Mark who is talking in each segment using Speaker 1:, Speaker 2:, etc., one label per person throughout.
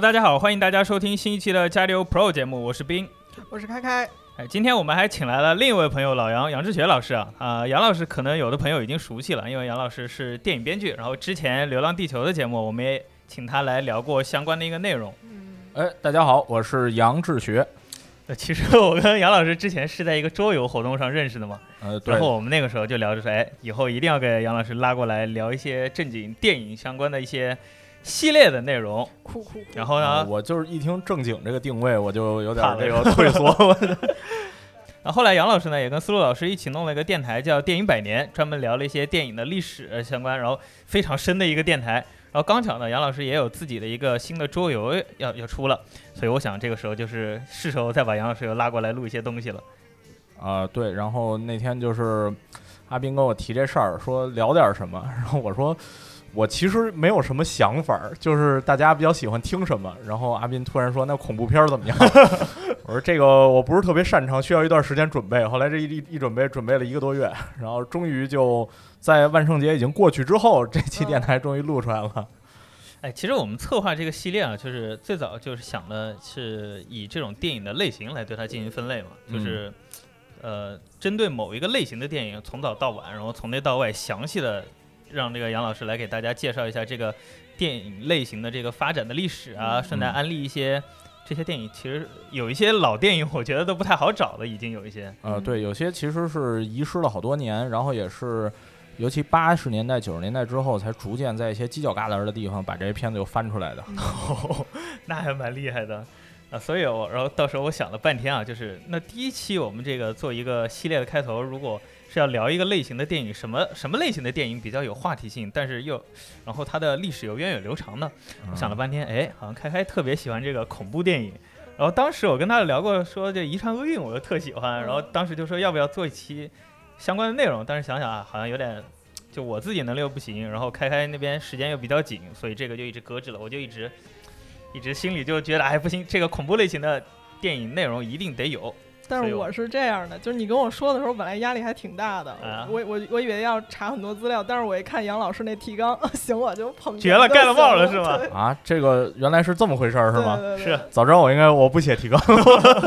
Speaker 1: 大家好，欢迎大家收听新一期的加流 Pro 节目，我是冰。
Speaker 2: 我是开开，
Speaker 1: 哎，今天我们还请来了另一位朋友老杨杨志学老师啊啊、杨老师可能有的朋友已经熟悉了，因为杨老师是电影编剧，然后之前《流浪地球》的节目我们也请他来聊过相关的一个内容。
Speaker 3: 哎，大家好，我是杨志学。
Speaker 1: 呃其实我跟杨老师之前是在一个桌游活动上认识的嘛，
Speaker 3: 呃，对
Speaker 1: 然，后我们那个时候就聊着说，哎，以后一定要给杨老师拉过来聊一些正经电影相关的一些系列的内容。
Speaker 2: 哭哭哭，
Speaker 1: 然后呢，
Speaker 3: 啊我就是一听正经这个定位，我就有
Speaker 1: 怕
Speaker 3: 点
Speaker 1: 了
Speaker 3: 这个退缩。
Speaker 1: 然后后来杨老师呢也跟思路老师一起弄了一个电台，叫《电影百年》，专门聊了一些电影的历史呃相关，然后非常深的一个电台。然后刚巧呢，杨老师也有自己的一个新的桌游要要出了，所以我想这个时候就是是时候再把杨老师又拉过来录一些东西了。
Speaker 3: 啊，对，然后那天就是阿斌跟我提这事儿，说聊点什么，然后我说我其实没有什么想法儿，就是大家比较喜欢听什么。然后阿斌突然说：“那恐怖片儿怎么样？” 我说：“这个我不是特别擅长，需要一段时间准备。”后来这一一一准备，准备了一个多月，然后终于就在万圣节已经过去之后，这期电台终于录出来了。
Speaker 1: 哎，其实我们策划这个系列啊，就是最早就是想的是以这种电影的类型来对它进行分类嘛，就是、呃，针对某一个类型的电影，从早到晚，然后从内到外详细的让这个杨老师来给大家介绍一下这个电影类型的这个发展的历史啊，顺带
Speaker 3: 嗯
Speaker 1: 安利一些。这些电影其实有一些老电影，我觉得都不太好找了，已经有一些。
Speaker 3: 呃，
Speaker 2: 嗯
Speaker 3: 对，有些其实是遗失了好多年，然后也是，尤其八十年代、九十年代之后，才逐渐在一些犄角旮旯的地方把这些片子又翻出来
Speaker 2: 嗯
Speaker 3: 的。
Speaker 1: 哦，那还蛮厉害的啊！所以我，然后到时候我想了半天啊，就是那第一期我们这个做一个系列的开头，如果是要聊一个类型的电影，什么什么类型的电影比较有话题性，但是又然后它的历史又源远流长呢？我想了半天，哎，好像开开特别喜欢这个恐怖电影。然后当时我跟他聊过，说这《遗传厄运》我就特喜欢，然后当时就说要不要做一期相关的内容，但是想想啊，好像有点，就我自己能力又不行，然后开开那边时间又比较紧，所以这个就一直搁置了。我就一直一直心里就觉得，哎，不行，这个恐怖类型的电影内容一定得有。
Speaker 2: 但
Speaker 1: 所以
Speaker 2: 是
Speaker 1: 我
Speaker 2: 我是这样的，就是你跟我说的时候，本来压力还挺大的，
Speaker 1: 啊
Speaker 2: 我我我以为要查很多资料，但是我一看杨老师那提纲， 行，我就捧
Speaker 1: 绝了
Speaker 2: 哏就
Speaker 1: 盖了帽了
Speaker 2: 行
Speaker 1: 是吗
Speaker 2: 对
Speaker 3: 啊，这个原来是这么回事儿是吗？
Speaker 2: 对对
Speaker 1: 是
Speaker 2: 对，
Speaker 3: 早知道我应该我不写提纲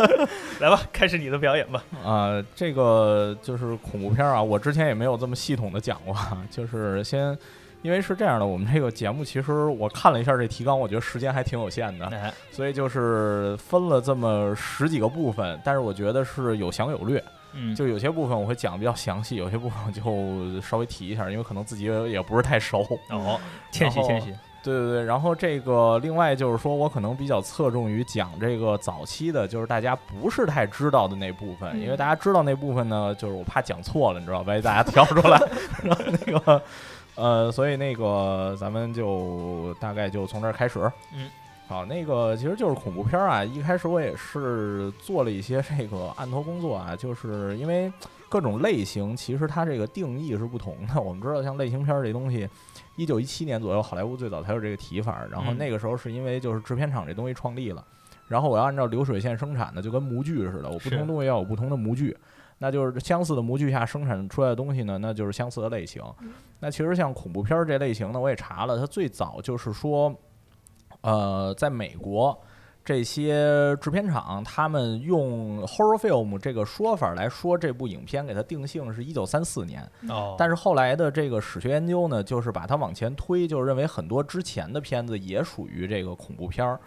Speaker 1: 来吧，开始你的表演吧。
Speaker 3: 啊，这个就是恐怖片儿啊，我之前也没有这么系统的讲过啊，就是先，因为是这样的，我们这个节目其实我看了一下这提纲，我觉得时间还挺有限的，
Speaker 2: 嗯
Speaker 1: 哎，
Speaker 3: 所以就是分了这么十几个部分，但是我觉得是有详有略，
Speaker 1: 嗯，
Speaker 3: 就有些部分我会讲得比较详细，有些部分我就稍微提一下，因为可能自己也也不是太熟。
Speaker 1: 哦， 谦虚
Speaker 3: 然后
Speaker 1: 谦虚，
Speaker 3: 对对对，然后这个另外就是说我可能比较侧重于讲这个早期的，就是大家不是太知道的那部分，
Speaker 2: 嗯
Speaker 3: 因为大家知道那部分呢，就是我怕讲错了，你知道吧，万一大家挑出来，然后那个呃，所以那个咱们就大概就从这儿开始。
Speaker 1: 嗯。
Speaker 3: 好，那个其实就是恐怖片儿啊。一开始我也是做了一些这个案头工作啊，就是因为各种类型其实它这个定义是不同的。我们知道，像类型片儿这东西，一九一七年左右，好莱坞最早才有这个提法儿，然后
Speaker 1: 嗯
Speaker 3: 那个时候是因为就是制片厂这东西创立了，然后我要按照流水线生产的，就跟模具似的，我不
Speaker 1: 是
Speaker 3: 同东西要有不同的模具，那就是相似的模具下生产出来的东西呢，那就是相似的类型。那其实像恐怖片儿这类型呢，我也查了，它最早就是说，呃，在美国。这些制片厂他们用 horror film 这个说法儿来说这部影片，给它定性是一九三四年。
Speaker 1: 哦，
Speaker 3: 但是后来的这个史学研究呢，就是把它往前推，就是认为很多之前的片子也属于这个恐怖片儿。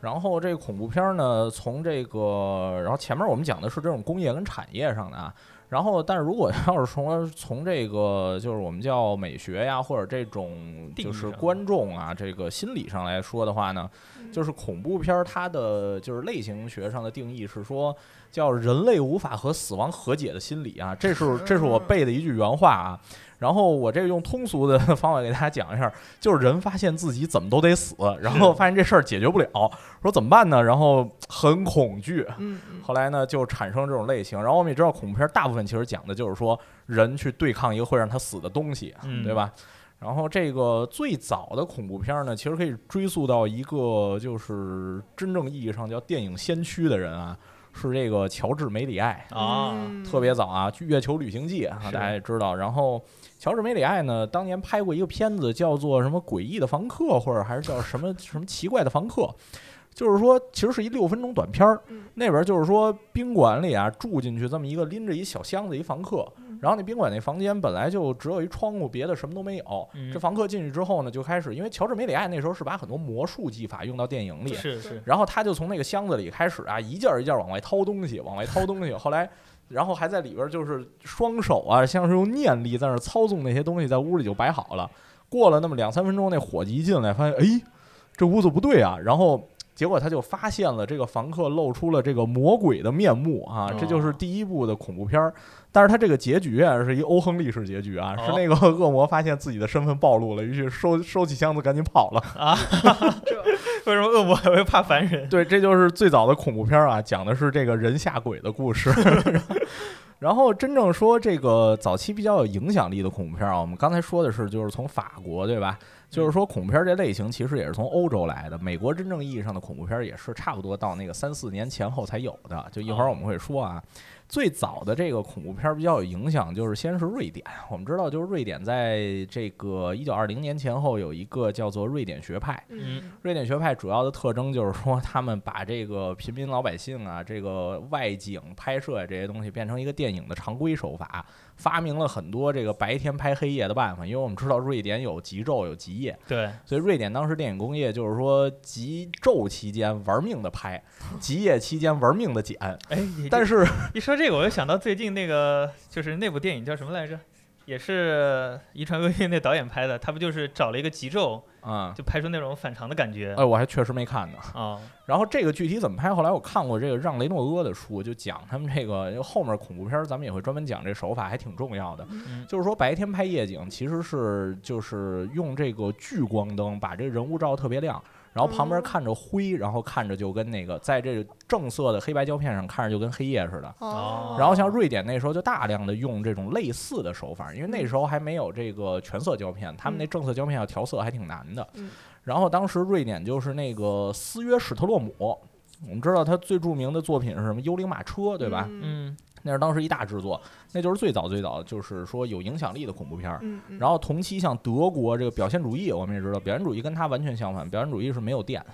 Speaker 3: 然后这个恐怖片儿呢，从这个，然后前面我们讲的是这种工业跟产业上的啊。然后，但是如果要是从从这个就是我们叫美学呀，或者这种
Speaker 1: 定义
Speaker 3: 就是
Speaker 1: 上
Speaker 3: 观众啊这个心理上来说的话呢，就是恐怖片儿它的就是类型学上的定义是说叫人类无法和死亡和解的心理啊，这是这是我背的一句原话啊。然后我这个用通俗的 方法给大家讲一下，就是人发现自己怎么都得死，然后发现这事儿解决不了，说怎么办呢？然后很恐惧。
Speaker 2: 嗯嗯
Speaker 3: 后来呢，就产生这种类型。然后我们也知道，恐怖片大部分其实讲的就是说人去对抗一个会让他死的东西，啊
Speaker 1: 嗯
Speaker 3: 对吧？然后这个最早的恐怖片呢，其实可以追溯到一个就是真正意义上叫电影先驱的人啊，是这个乔治梅里爱。
Speaker 1: 啊，
Speaker 2: 嗯
Speaker 3: 特别早啊，《月球旅行记》啊，
Speaker 1: 是
Speaker 3: 大家也知道。然后乔治梅里爱呢，当年拍过一个片子，叫做什么《诡异的房客》，或者还是叫什么什么奇怪的房客。就是说其实是一六分钟短片儿。
Speaker 2: 嗯
Speaker 3: 那边就是说宾馆里啊住进去这么一个拎着一小箱子一房客，
Speaker 2: 嗯
Speaker 3: 然后那宾馆那房间本来就只有一窗户，别的什么都没有。
Speaker 1: 嗯
Speaker 3: 这房客进去之后呢，就开始因为乔治梅里爱那时候是把很多魔术技法用到电影里，
Speaker 1: 是 是，
Speaker 3: 然后他就从那个箱子里开始啊，一件儿一件儿往外掏东西，往外掏东西。后来，然后还在里边儿就是双手啊，像是用念力在那儿操纵那些东西，在屋里就摆好了。过了那么两三分钟，那伙计一进来发现，哎，这屋子不对啊。然后结果他就发现了这个房客露出了这个魔鬼的面目啊
Speaker 1: 哦，
Speaker 3: 这就是第一部的恐怖片儿。但是他这个结局啊，是一欧亨利式结局啊，是
Speaker 1: 哦
Speaker 3: 那个 恶魔发现自己的身份暴露了，于是收收起箱子赶紧跑了。
Speaker 2: 这
Speaker 1: 为什么恶魔还会怕凡人？
Speaker 3: 对，这就是最早的恐怖片儿啊，讲的是这个人吓鬼的故事。 然后真正说这个早期比较有影响力的恐怖片儿啊，我们刚才说的是就是从法国对吧？就是说恐怖片儿这类型其实也是从欧洲来的，美国真正意义上的恐怖片儿也是差不多到那个三四年前后才有的。就一会儿我们会说啊，最早的这个恐怖片儿比较有影响，就是先是瑞典。我们知道，就是瑞典在这个一九二零年前后有一个叫做瑞典学派，
Speaker 1: 嗯
Speaker 3: 瑞典学派主要的特征就是说，他们把这个平民老百姓啊，这个外景拍摄呀这些东西变成一个电影的常规手法，发明了很多这个白天拍黑夜的办法。因为我们知道瑞典有极昼有极夜，
Speaker 1: 对，
Speaker 3: 所以瑞典当时电影工业就是说极昼期间玩命的拍，极夜期间玩命的剪。
Speaker 1: 哎，你
Speaker 3: 但是
Speaker 1: 一说这个，我就想到最近那个，就是那部电影叫什么来着？也是《遗传厄运》那导演拍的，他不就是找了一个极昼，
Speaker 3: 啊，
Speaker 1: 就拍出那种反常的感觉
Speaker 3: 哎，我还确实没看呢。
Speaker 1: 啊？
Speaker 3: 然后这个具体怎么拍，后来我看过这个让雷诺阿的书，就讲他们这个因为后面恐怖片儿咱们也会专门讲这手法，还挺重要的。
Speaker 1: 嗯
Speaker 3: 就是说白天拍夜景，其实是就是用这个聚光灯把这人物照得特别亮，然后旁边
Speaker 2: 哦
Speaker 3: 看着灰，然后看着就跟那个在这个正色的黑白胶片上看着就跟黑夜似的。
Speaker 1: 哦
Speaker 3: 然后像瑞典那时候就大量的用这种类似的手法，因为
Speaker 2: 嗯
Speaker 3: 那时候还没有这个全色胶片，他们那正色胶片要调色还挺难的
Speaker 2: 嗯。
Speaker 3: 然后当时瑞典就是那个斯约史特洛姆，我们知道他最著名的作品是什么《幽灵马车》，对吧？
Speaker 2: 嗯
Speaker 1: 嗯
Speaker 3: 那是当时一大制作，那就是最早最早就是说有影响力的恐怖片儿。
Speaker 2: 嗯，嗯
Speaker 3: 然后同期像德国这个表现主义，我们也知道，表现主义跟它完全相反，表现主义是没有电，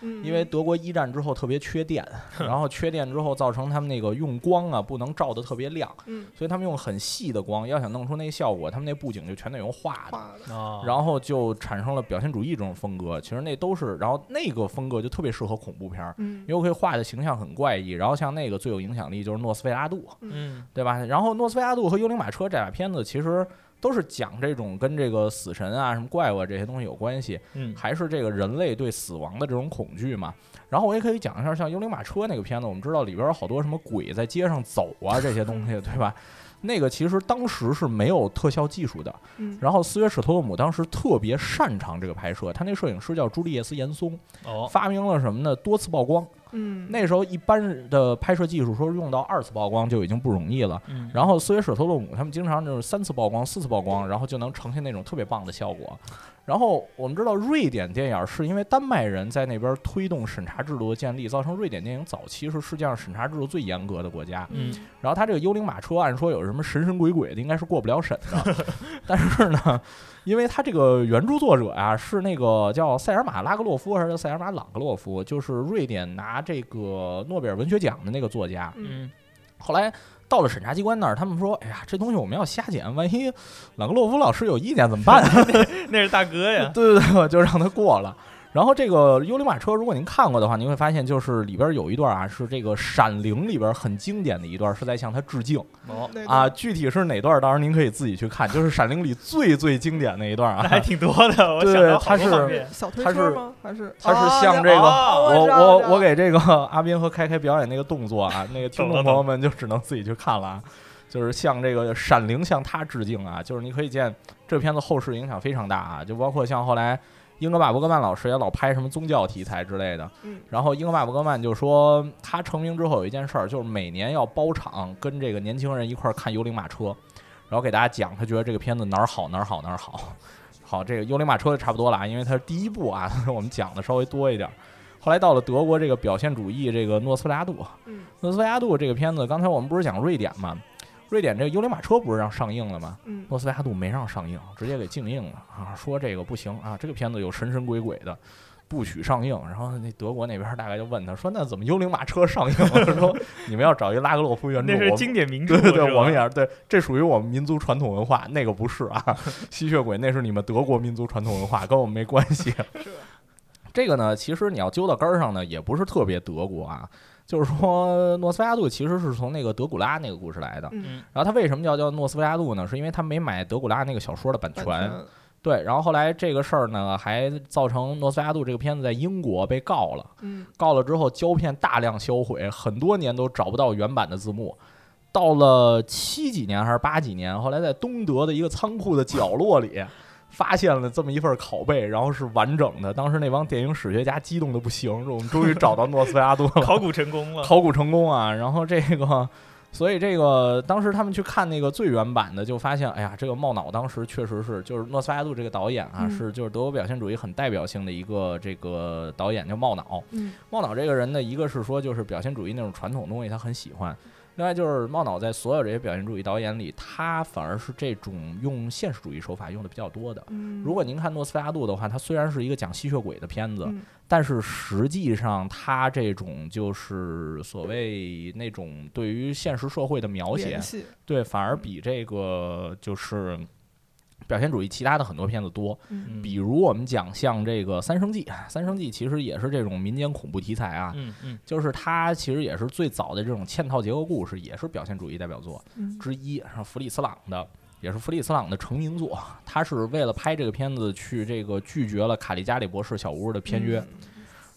Speaker 2: 嗯
Speaker 3: 因为德国一战之后特别缺电，然后缺电之后造成他们那个用光啊不能照得特别亮，
Speaker 2: 嗯
Speaker 3: 所以他们用很细的光，要想弄出那效果，他们那布景就全得用画的。
Speaker 2: 画的
Speaker 1: 哦，
Speaker 3: 然后就产生了表现主义这种风格，其实那都是，然后那个风格就特别适合恐怖片儿，
Speaker 2: 嗯
Speaker 3: 因为可以画的形象很怪异。然后像那个最有影响力就是诺斯菲拉杜，
Speaker 1: 嗯
Speaker 3: 对吧？然后《诺斯菲亚杜》和《幽灵马车》这俩片子其实都是讲这种跟这个死神啊、什么怪物啊这些东西有关系，
Speaker 1: 嗯
Speaker 3: 还是这个人类对死亡的这种恐惧嘛。然后我也可以讲一下，像《幽灵马车》那个片子，我们知道里边有好多什么鬼在街上走啊这些东西，对吧？那个其实当时是没有特效技术的，
Speaker 2: 嗯
Speaker 3: 然后斯约舍托洛姆当时特别擅长这个拍摄，他那摄影师叫朱利叶斯·岩松，
Speaker 1: 哦，
Speaker 3: 发明了什么呢？多次曝光。
Speaker 2: 嗯
Speaker 3: 那时候一般的拍摄技术说用到二次曝光就已经不容易了，
Speaker 1: 嗯
Speaker 3: 然后斯维舍托洛姆他们经常就是三次曝光、四次曝光，然后就能呈现那种特别棒的效果。然后我们知道，瑞典电影是因为丹麦人在那边推动审查制度的建立，造成瑞典电影早期是世界上审查制度最严格的国家。
Speaker 1: 嗯
Speaker 3: 然后他这个《幽灵马车》，按说有什么神神鬼鬼的，应该是过不了审的。 但是呢，因为他这个原著作者啊是那个叫塞尔玛拉格洛夫还是叫塞尔玛朗格洛夫，就是瑞典拿这个诺贝尔文学奖的那个作家。
Speaker 1: 嗯
Speaker 3: 后来到了审查机关那儿，他们说：“哎呀，这东西我们要瞎剪，万一朗格洛夫老师有意见怎么办
Speaker 1: 那是大哥？” 呀，
Speaker 3: 对对对，就让他过了。然后这个《幽灵马车》，如果您看过的话，您会发现就是里边有一段啊，是这个《闪灵》里边很经典的一段，是在向他致敬
Speaker 1: 哦，
Speaker 2: 那个
Speaker 3: 啊。具体是哪段，到时候您可以自己去看，就是《闪灵》里最最经典那一段
Speaker 1: 那还
Speaker 3: 啊。
Speaker 1: 挺多的，我
Speaker 3: 对
Speaker 1: 想到
Speaker 3: 他
Speaker 1: 好多方
Speaker 3: 是
Speaker 1: 面。
Speaker 2: 小推
Speaker 3: 他
Speaker 2: 车
Speaker 3: 是
Speaker 2: 吗？还是
Speaker 3: 他是
Speaker 2: 哦
Speaker 3: 像
Speaker 2: 那
Speaker 3: 这个
Speaker 2: 哦
Speaker 3: 我
Speaker 2: 我知道
Speaker 3: 我
Speaker 2: 知道
Speaker 3: 我给这个 阿斌和开开表演那个动作啊，那个听
Speaker 1: 懂了
Speaker 3: 众朋友们就只能自己去看了啊。就是向这个《闪灵》向他致敬啊，就是你可以见这片子后世影响非常大啊，就包括像后来英格玛·伯格曼老师也老拍什么宗教题材之类的。
Speaker 2: 嗯
Speaker 3: 然后英格玛·伯格曼就说，他成名之后有一件事儿，就是每年要包场跟这个年轻人一块儿看《幽灵马车》，然后给大家讲他觉得这个片子哪儿好哪儿好哪儿好。 好，这个《幽灵马车》就差不多了啊，因为它是第一部啊， 我们讲的稍微多一点儿。后来到了德国，这个表现主义，这个诺斯菲拉杜，啊
Speaker 2: 嗯
Speaker 3: 诺斯菲拉杜这个片子，刚才我们不是讲瑞典吗？瑞典这个《幽灵马车》不是让上映了吗？
Speaker 2: 嗯
Speaker 3: 诺斯菲拉杜没让上映，直接给禁映了啊！说这个不行啊，这个片子有神神鬼鬼的。不许上映。然后那德国那边大概就问他说：“那怎么《幽灵马车》上映了？”说：“你们要找一拉格洛夫原著，
Speaker 1: 那是
Speaker 3: 我
Speaker 1: 经典名著，
Speaker 3: 对对
Speaker 1: 是
Speaker 3: 对，
Speaker 1: 吧
Speaker 3: 我们也是对，这属于我们民族传统文化，那个不是啊， 吸血鬼那是你们德国民族传统文化，跟我们没关系。
Speaker 2: 是
Speaker 3: 这个呢，其实你要揪到根儿上呢，也不是特别德国啊，就是说诺斯菲亚杜其实是从那个德古拉那个故事来的。
Speaker 2: 嗯，
Speaker 3: 然后他为什么要叫诺斯菲亚杜呢？是因为他没买德古拉那个小说的版权。
Speaker 2: 版
Speaker 3: 对，然后后来这个事儿呢，还造成诺斯菲亚杜这个片子在英国被告了。
Speaker 2: 嗯，
Speaker 3: 告了之后，胶片大量销毁，很多年都找不到原版的字幕。到了七几年还是八几年，后来在东德的一个仓库的角落里，发现了这么一份拷贝，然后是完整的。当时那帮电影史学家激动的不行，说我们终于找到诺斯菲拉多了，
Speaker 1: 考古成功了。
Speaker 3: 考古成功啊！然后这个，所以这个当时他们去看那个最原版的，就发现，哎呀，这个茂脑当时确实是，就是诺斯菲拉杜这个导演啊，
Speaker 2: 嗯
Speaker 3: 是就是德国表现主义很代表性的一个这个导演，叫茂脑。
Speaker 2: 嗯
Speaker 3: 茂脑这个人呢，一个是说就是表现主义那种传统东西，他很喜欢；另外就是茂脑在所有这些表现主义导演里，他反而是这种用现实主义手法用的比较多的。
Speaker 2: 嗯，
Speaker 3: 如果您看《诺斯菲拉杜》的话，它虽然是一个讲吸血鬼的片子，
Speaker 2: 嗯
Speaker 3: 但是实际上它这种就是所谓那种对于现实社会的描写
Speaker 2: 联，系
Speaker 3: 对，反而比这个就是表现主义其他的很多片子多。
Speaker 1: 嗯
Speaker 3: 比如我们讲像这个《三生记》，《三生记》其实也是这种民间恐怖题材啊，
Speaker 1: 嗯嗯，
Speaker 3: 就是它其实也是最早的这种嵌套结构故事，也是表现主义代表作
Speaker 2: 嗯
Speaker 3: 之一，是弗里斯朗的，也是弗里斯朗的成名作。他是为了拍这个片子去这个拒绝了卡利加里博士小屋的片
Speaker 2: 嗯
Speaker 3: 约。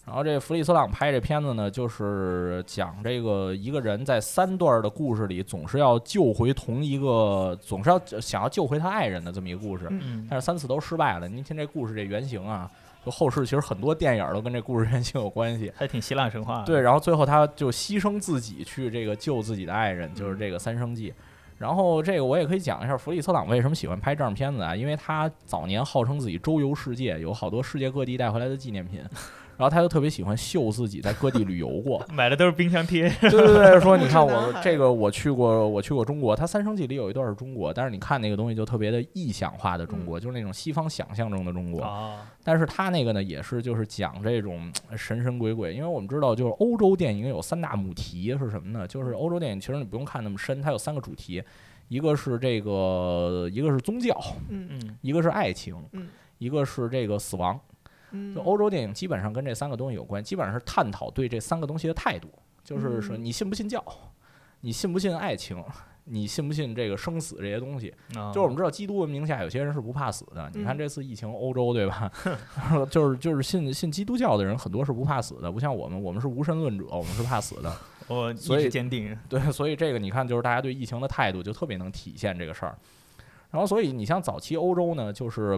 Speaker 3: 然后这弗里斯朗拍这片子呢，就是讲这个一个人在三段的故事里，总是要救回同一个，总是要想要救回他爱人的这么一个故事。
Speaker 2: 嗯
Speaker 1: 嗯
Speaker 3: 但是三次都失败了。您听这故事这原型啊，就后世其实很多电影儿都跟这故事原型有关系。
Speaker 1: 还挺希腊神话。
Speaker 3: 对，，然后最后他就牺牲自己去这个救自己的爱人，就是这个三生记。然后这个我也可以讲一下弗里策朗为什么喜欢拍这样片子啊，因为他早年号称自己周游世界，有好多世界各地带回来的纪念品，然后他就特别喜欢秀自己在各地旅游 过，
Speaker 1: 买的都是冰箱贴。
Speaker 3: 对对对，说你看
Speaker 2: 不是
Speaker 3: 我
Speaker 2: 男孩
Speaker 3: 这个我去过，我去过中国，它《三生记》里有一段是中国，但是你看那个东西就特别的意象化的中国，就是那种西方想象中的中国。
Speaker 1: 哦，
Speaker 3: 但是它那个呢，也是就是讲这种呃神神鬼鬼，因为我们知道就是欧洲电影有三大母题是什么呢？就是欧洲电影其实你不用看那么深，它有三个主题，一个是这个，一个是宗教，
Speaker 2: 嗯
Speaker 1: 嗯
Speaker 3: 一个是爱情，
Speaker 2: 嗯
Speaker 3: 一个是这个死亡。
Speaker 2: 嗯，
Speaker 3: 就欧洲电影基本上跟这三个东西有关，基本上是探讨对这三个东西的态度，就是说
Speaker 2: 嗯
Speaker 3: 你信不信教，你信不信爱情，你信不信这个生死这些东西。
Speaker 1: 哦
Speaker 3: 嗯就是我们知道基督文明下有些人是不怕死的，你看
Speaker 2: 嗯
Speaker 3: 这次疫情欧洲对吧？ 就是就是信信基督教的人很多是不怕死的，不像我们，我们是无神论者，我们是怕死的。
Speaker 1: 我意
Speaker 3: 所以
Speaker 1: 志坚定。
Speaker 3: 对，所以这个你看，就是大家对疫情的态度就特别能体现这个事儿。然后，所以你像早期欧洲呢，就是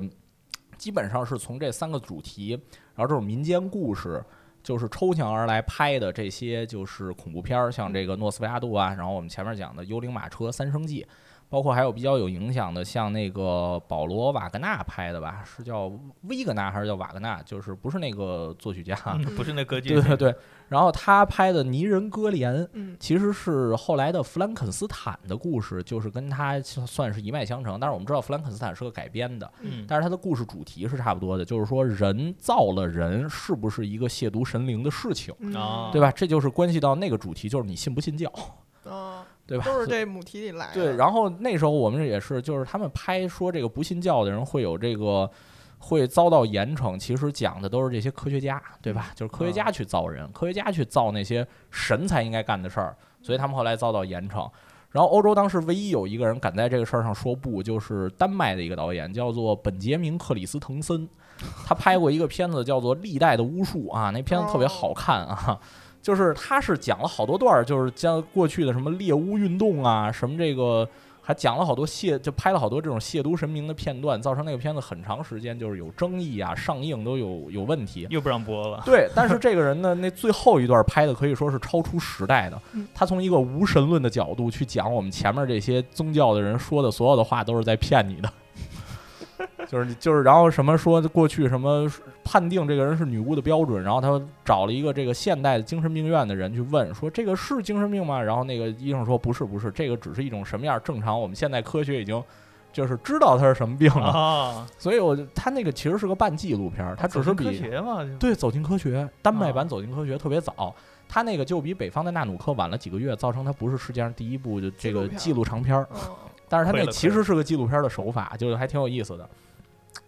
Speaker 3: 基本上是从这三个主题，然后这种民间故事，就是抽象而来拍的这些就是恐怖片儿，像这个《诺斯菲亚杜》啊，然后我们前面讲的《幽灵马车》《三生记》，包括还有比较有影响的，像那个保罗·瓦格纳拍的吧，是叫维格纳还是叫瓦格纳？就是不是那个作曲家，
Speaker 1: 嗯不是那歌剧
Speaker 3: 对，对对。然后他拍的《泥人歌连》。
Speaker 2: 嗯
Speaker 3: 其实是后来的弗兰肯斯坦的故事，就是跟他算是一脉相承。但是我们知道弗兰肯斯坦是个改编的，
Speaker 1: 嗯
Speaker 3: 但是他的故事主题是差不多的，就是说人造了人是不是一个亵渎神灵的事情，
Speaker 2: 嗯
Speaker 1: 啊
Speaker 3: 对吧？这就是关系到那个主题，就是你信不信教，
Speaker 2: 哦，
Speaker 3: 对吧？
Speaker 2: 都是这母题里来的，
Speaker 3: 对，然后那时候我们也是，就是他们拍说这个不信教的人会有这个会遭到严惩，其实讲的都是这些科学家，对吧？就是科学家去造人，科学家去造那些神才应该干的事儿，所以他们后来遭到严惩。然后欧洲当时唯一有一个人敢在这个事儿上说不，就是丹麦的一个导演，叫做本杰明·克里斯滕森，他拍过一个片子叫做《历代的巫术》啊，那片子特别好看啊。 就是他是讲了好多段儿，就是将过去的什么猎巫运动啊，什么这个，还讲了好多亵，就拍了好多这种亵渎神明的片段，造成那个片子很长时间就是有争议啊，上映都有有问题。
Speaker 1: 又不让播 了。
Speaker 3: 对，但是这个人呢，那最后一段拍的可以说是超出时代的
Speaker 2: 嗯。
Speaker 3: 他从一个无神论的角度去讲我们前面这些宗教的人说的所有的话都是在 骗你的，就是你就是，然后什么说过去什么判定这个人是女巫的标准，然后他找了一个这个现代的精神病院的人去问说这个是精神病吗？然后那个医生说不是不是，这个只是一种什么样正常，我们现代科学已经。就是知道他是什么病了。
Speaker 1: 啊，
Speaker 3: 所以我就他那个其实是个半纪录片儿，他只是
Speaker 1: 哦科
Speaker 3: 比
Speaker 1: 学嘛，就
Speaker 3: 对《走进科学》丹麦版
Speaker 1: 啊
Speaker 3: 《走进科学》特别早，他那个就比北方的《纳努克》晚了几个月，造成他不是世界上第一部就这个
Speaker 2: 纪
Speaker 3: 纪录长片儿。
Speaker 2: 嗯，
Speaker 3: 但是它
Speaker 1: 亏
Speaker 3: 那
Speaker 1: 了
Speaker 3: 其实是个纪录片的手法，就是还挺有意思的。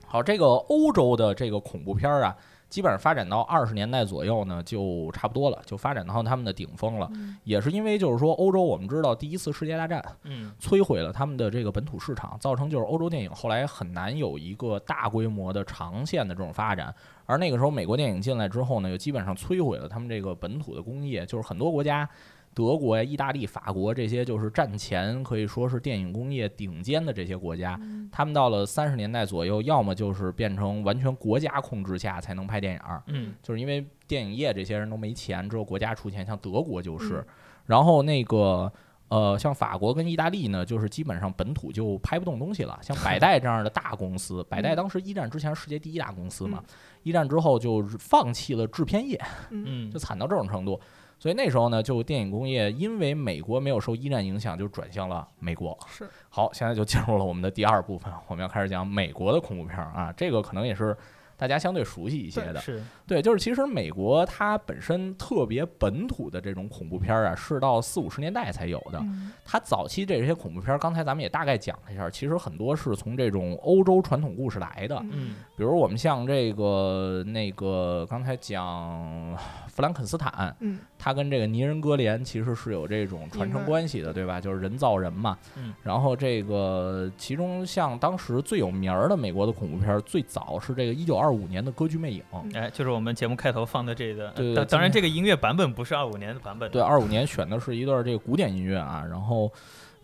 Speaker 3: 好，这个欧洲的这个恐怖片儿啊，基本上发展到二十年代左右呢，就差不多了，就发展到他们的顶峰了。
Speaker 2: 嗯
Speaker 3: 也是因为就是说，欧洲我们知道第一次世界大战
Speaker 1: 嗯
Speaker 3: 摧毁了他们的这个本土市场，造成就是欧洲电影后来很难有一个大规模的长线的这种发展。而那个时候美国电影进来之后呢，又基本上摧毁了他们这个本土的工业，就是很多国家。德国呀、意大利、法国这些就是战前可以说是电影工业顶尖的这些国家，他们到了三十年代左右，要么就是变成完全国家控制下才能拍电影儿，
Speaker 1: 嗯
Speaker 3: 就是因为电影业这些人都没钱，只有国家出钱，像德国就是，然后那个。呃，像法国跟意大利呢，就是基本上本土就拍不动东西了。像百代这样的大公司，百代当时一战之前是世界第一大公司嘛，一战之后就放弃了制片业，
Speaker 1: 嗯
Speaker 3: 就惨到这种程度。所以那时候呢，就电影工业因为美国没有受一战影响，就转向了美国。
Speaker 2: 是
Speaker 3: 好，现在就进入了我们的第二部分，我们要开始讲美国的恐怖片儿啊，这个可能也是大家相对熟悉一些的。
Speaker 1: 是
Speaker 3: 对，就是其实美国它本身特别本土的这种恐怖片儿啊，是到四五十年代才有的。
Speaker 2: 嗯
Speaker 3: 它早期这些恐怖片儿，刚才咱们也大概讲了一下，其实很多是从这种欧洲传统故事来的，
Speaker 1: 嗯
Speaker 3: 比如我们像这个那个刚才讲弗兰肯斯坦，
Speaker 2: 嗯，
Speaker 3: 它跟这个泥人哥连其实是有这种传承关系的，对吧？就是人造人嘛。
Speaker 1: 嗯。
Speaker 3: 然后这个其中像当时最有名儿的美国的恐怖片儿，最早是这个一九二五年的《歌剧魅影》。
Speaker 2: 嗯
Speaker 1: 哎，就是我们节目开头放的这个，
Speaker 3: 对
Speaker 1: 当
Speaker 3: 今
Speaker 1: 当然
Speaker 3: 天
Speaker 1: 这个音乐版本不是二五年的版本，
Speaker 3: 对，，二五年选的是一段这个古典音乐啊，然后。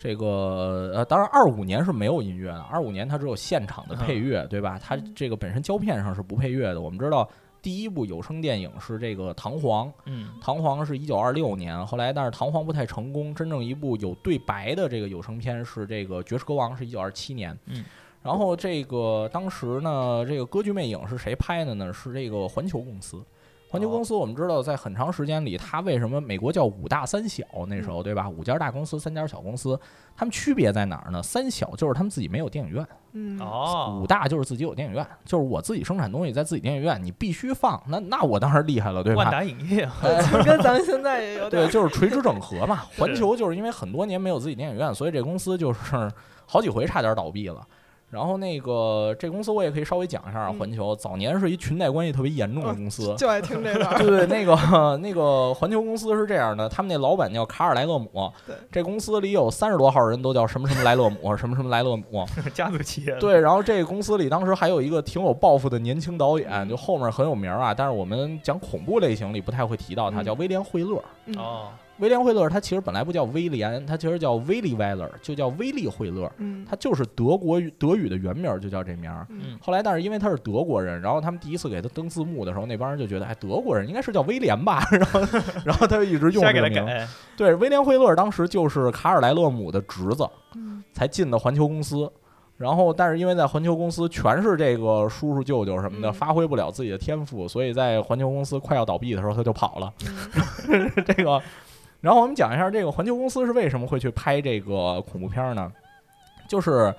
Speaker 3: 这个呃，当然，二五年是没有音乐的，二五年它只有现场的配乐，对吧？它这个本身胶片上是不配乐的。我们知道，第一部有声电影是这个《唐璜》，
Speaker 1: 嗯
Speaker 3: 《唐璜》是一九二六年，后来但是《唐璜》不太成功，真正一部有对白的这个有声片是这个《爵士歌王》，是一九二七年。
Speaker 1: 嗯，
Speaker 3: 然后这个当时呢，这个《歌剧魅影》是谁拍的呢？是这个环球公司。环球公
Speaker 1: 哦
Speaker 3: 司我们知道，在很长时间里，它为什么美国叫五大三小？那时
Speaker 1: 嗯
Speaker 3: 候对吧？五家大公司，三家小公司，他们区别在哪儿呢？三小就是他们自己没有电影院。
Speaker 2: 嗯，
Speaker 1: 哦
Speaker 3: 五，大就是自己有电影院，就是我自己生产东西在自己电影院，你必须放，那那我当然厉害了，对吧？
Speaker 1: 万达影业 啊，
Speaker 2: 就跟咱们现在也有点
Speaker 3: 对，
Speaker 2: 儿，
Speaker 3: 就是垂直整合 嘛。
Speaker 1: 是
Speaker 3: 环球就是因为很多年没有自己电影院，所以这公司就是 好几回差点倒闭了。然后那个这公司我也可以稍微讲一下啊，
Speaker 2: 嗯
Speaker 3: 环球早年是一裙带关系特别严重的公司。
Speaker 2: 就爱听这 段儿，
Speaker 3: 对对，那个那个环球公司是这样的，他们那老板叫卡尔莱勒姆
Speaker 2: 对，
Speaker 3: 这公司里有三十多号人都叫什么什么莱勒姆，什么什么莱 勒姆。
Speaker 1: 家族企业，，
Speaker 3: 对，然后这个公司里当时还有一个挺有抱负的年轻导演，就后面很有名啊，但是我们讲恐怖类型里不太会提到他，
Speaker 2: 嗯
Speaker 3: 叫威廉惠勒。
Speaker 2: 嗯，
Speaker 1: 哦，
Speaker 3: 威廉惠勒他其实本来不叫威廉，他其实叫威利威勒，就叫威利惠勒，
Speaker 2: 嗯，
Speaker 3: 他就是德国语德语的原名儿就叫这名儿。
Speaker 2: 嗯
Speaker 3: 后来，但是因为他是德国人，然后他们第一次给他登字幕的时候，那帮人就觉得，哎，德国人应该是叫威廉 吧，然后，然后他就一直用
Speaker 1: 瞎
Speaker 3: 这
Speaker 1: 给
Speaker 3: 个
Speaker 1: 他
Speaker 3: 名儿。
Speaker 1: 改，哎
Speaker 3: 对，威廉惠勒当时就是卡尔莱勒姆的侄子，
Speaker 2: 嗯
Speaker 3: 才进的环球公司。然后，但是因为在环球公司全是这个叔叔舅舅什么的，
Speaker 2: 嗯
Speaker 3: 发挥不了自己的天赋，所以在环球公司快要倒闭的时候，他就跑了。
Speaker 2: 嗯
Speaker 3: 这个，然后我们讲一下这个环球公司是为什么会去拍这个恐怖片儿呢？就是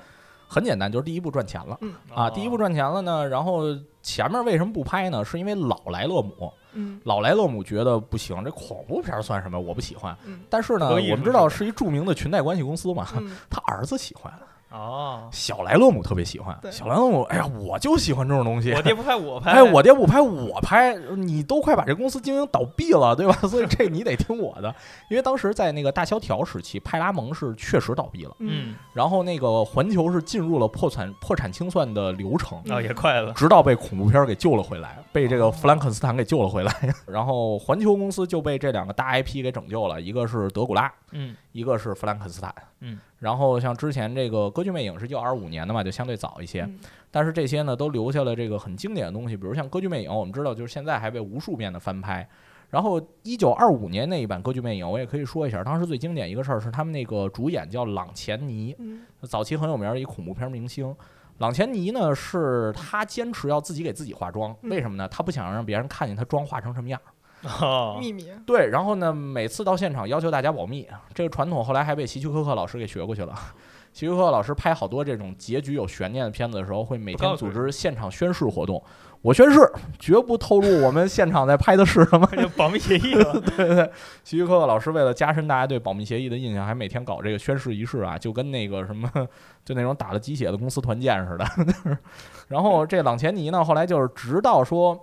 Speaker 3: 很简单，就是第一部赚钱了啊，第一部
Speaker 1: 哦
Speaker 3: 赚钱了呢，然后前面为什么不拍呢？是因为老莱勒姆，
Speaker 2: 嗯
Speaker 3: 老莱勒姆觉得不行，这恐怖片儿算什么？我不喜欢。
Speaker 2: 嗯
Speaker 3: 但是呢，
Speaker 1: 德意
Speaker 3: 我们
Speaker 1: 是
Speaker 3: 知道
Speaker 1: 吧
Speaker 3: 是一著名的裙带关系公司嘛，
Speaker 2: 嗯，
Speaker 3: 他儿子喜欢，
Speaker 1: 哦，
Speaker 3: 小莱勒姆特别喜欢，
Speaker 2: 对
Speaker 3: 小莱勒姆，哎呀，我就喜欢这种东西，
Speaker 1: 我 爹不拍我拍，
Speaker 3: 哎，我爹不拍，我拍，你都快把这公司经营倒闭了，对吧？ 所以这你得听我的，因为当时在那个大萧条时期，派拉蒙是确实倒闭了，
Speaker 1: 嗯，
Speaker 3: 然后那个环球是进入了破产破产清算的流程。
Speaker 1: 哦也快了，
Speaker 3: 直到被恐怖片给救了回来，被这个弗兰肯斯坦给救了回来， 然后环球公司就被这两个大 IP 给拯救了，一个是德古拉，
Speaker 1: 嗯
Speaker 3: 一个是弗兰肯斯坦，
Speaker 1: 嗯，
Speaker 3: 然后像之前这个《歌剧魅影》是一九二五年的嘛，就相对早一些，
Speaker 2: 嗯
Speaker 3: 但是这些呢都留下了这个很经典的东西，比如像《歌剧魅影》，我们知道就是现在还被无数遍的翻拍。然后一九二五年那一版《歌剧魅影》，我也可以说一下，当时最经典一个事儿是他们那个主演叫朗前尼，
Speaker 2: 嗯
Speaker 3: 早期很有名儿的一恐怖片明星。朗前尼呢是他坚持要自己给自己化妆，
Speaker 2: 嗯
Speaker 3: 为什么呢？他不想让别人看见他妆化成什么样儿。
Speaker 1: 哦，
Speaker 2: 秘密。
Speaker 3: 对，然后呢，每次到现场要求大家保密，啊这个传统后来还被希区柯克老师给学过去了。 希区柯克老师拍好多这种结局有悬念的片子的时候，会每
Speaker 1: 不告
Speaker 3: 天
Speaker 1: 诉
Speaker 3: 组
Speaker 1: 你
Speaker 3: 织现场宣誓活动。我宣誓，绝不透露我们现场在拍的是什么。
Speaker 1: 这就保密协议了。
Speaker 3: 对对对，希区柯克老师为了加深大家对保密协议的印象，还每天搞这个宣誓仪式啊，就跟那个什么，就那种打了鸡血的公司团建似的。 就是然后这朗前尼呢，后来就是直到说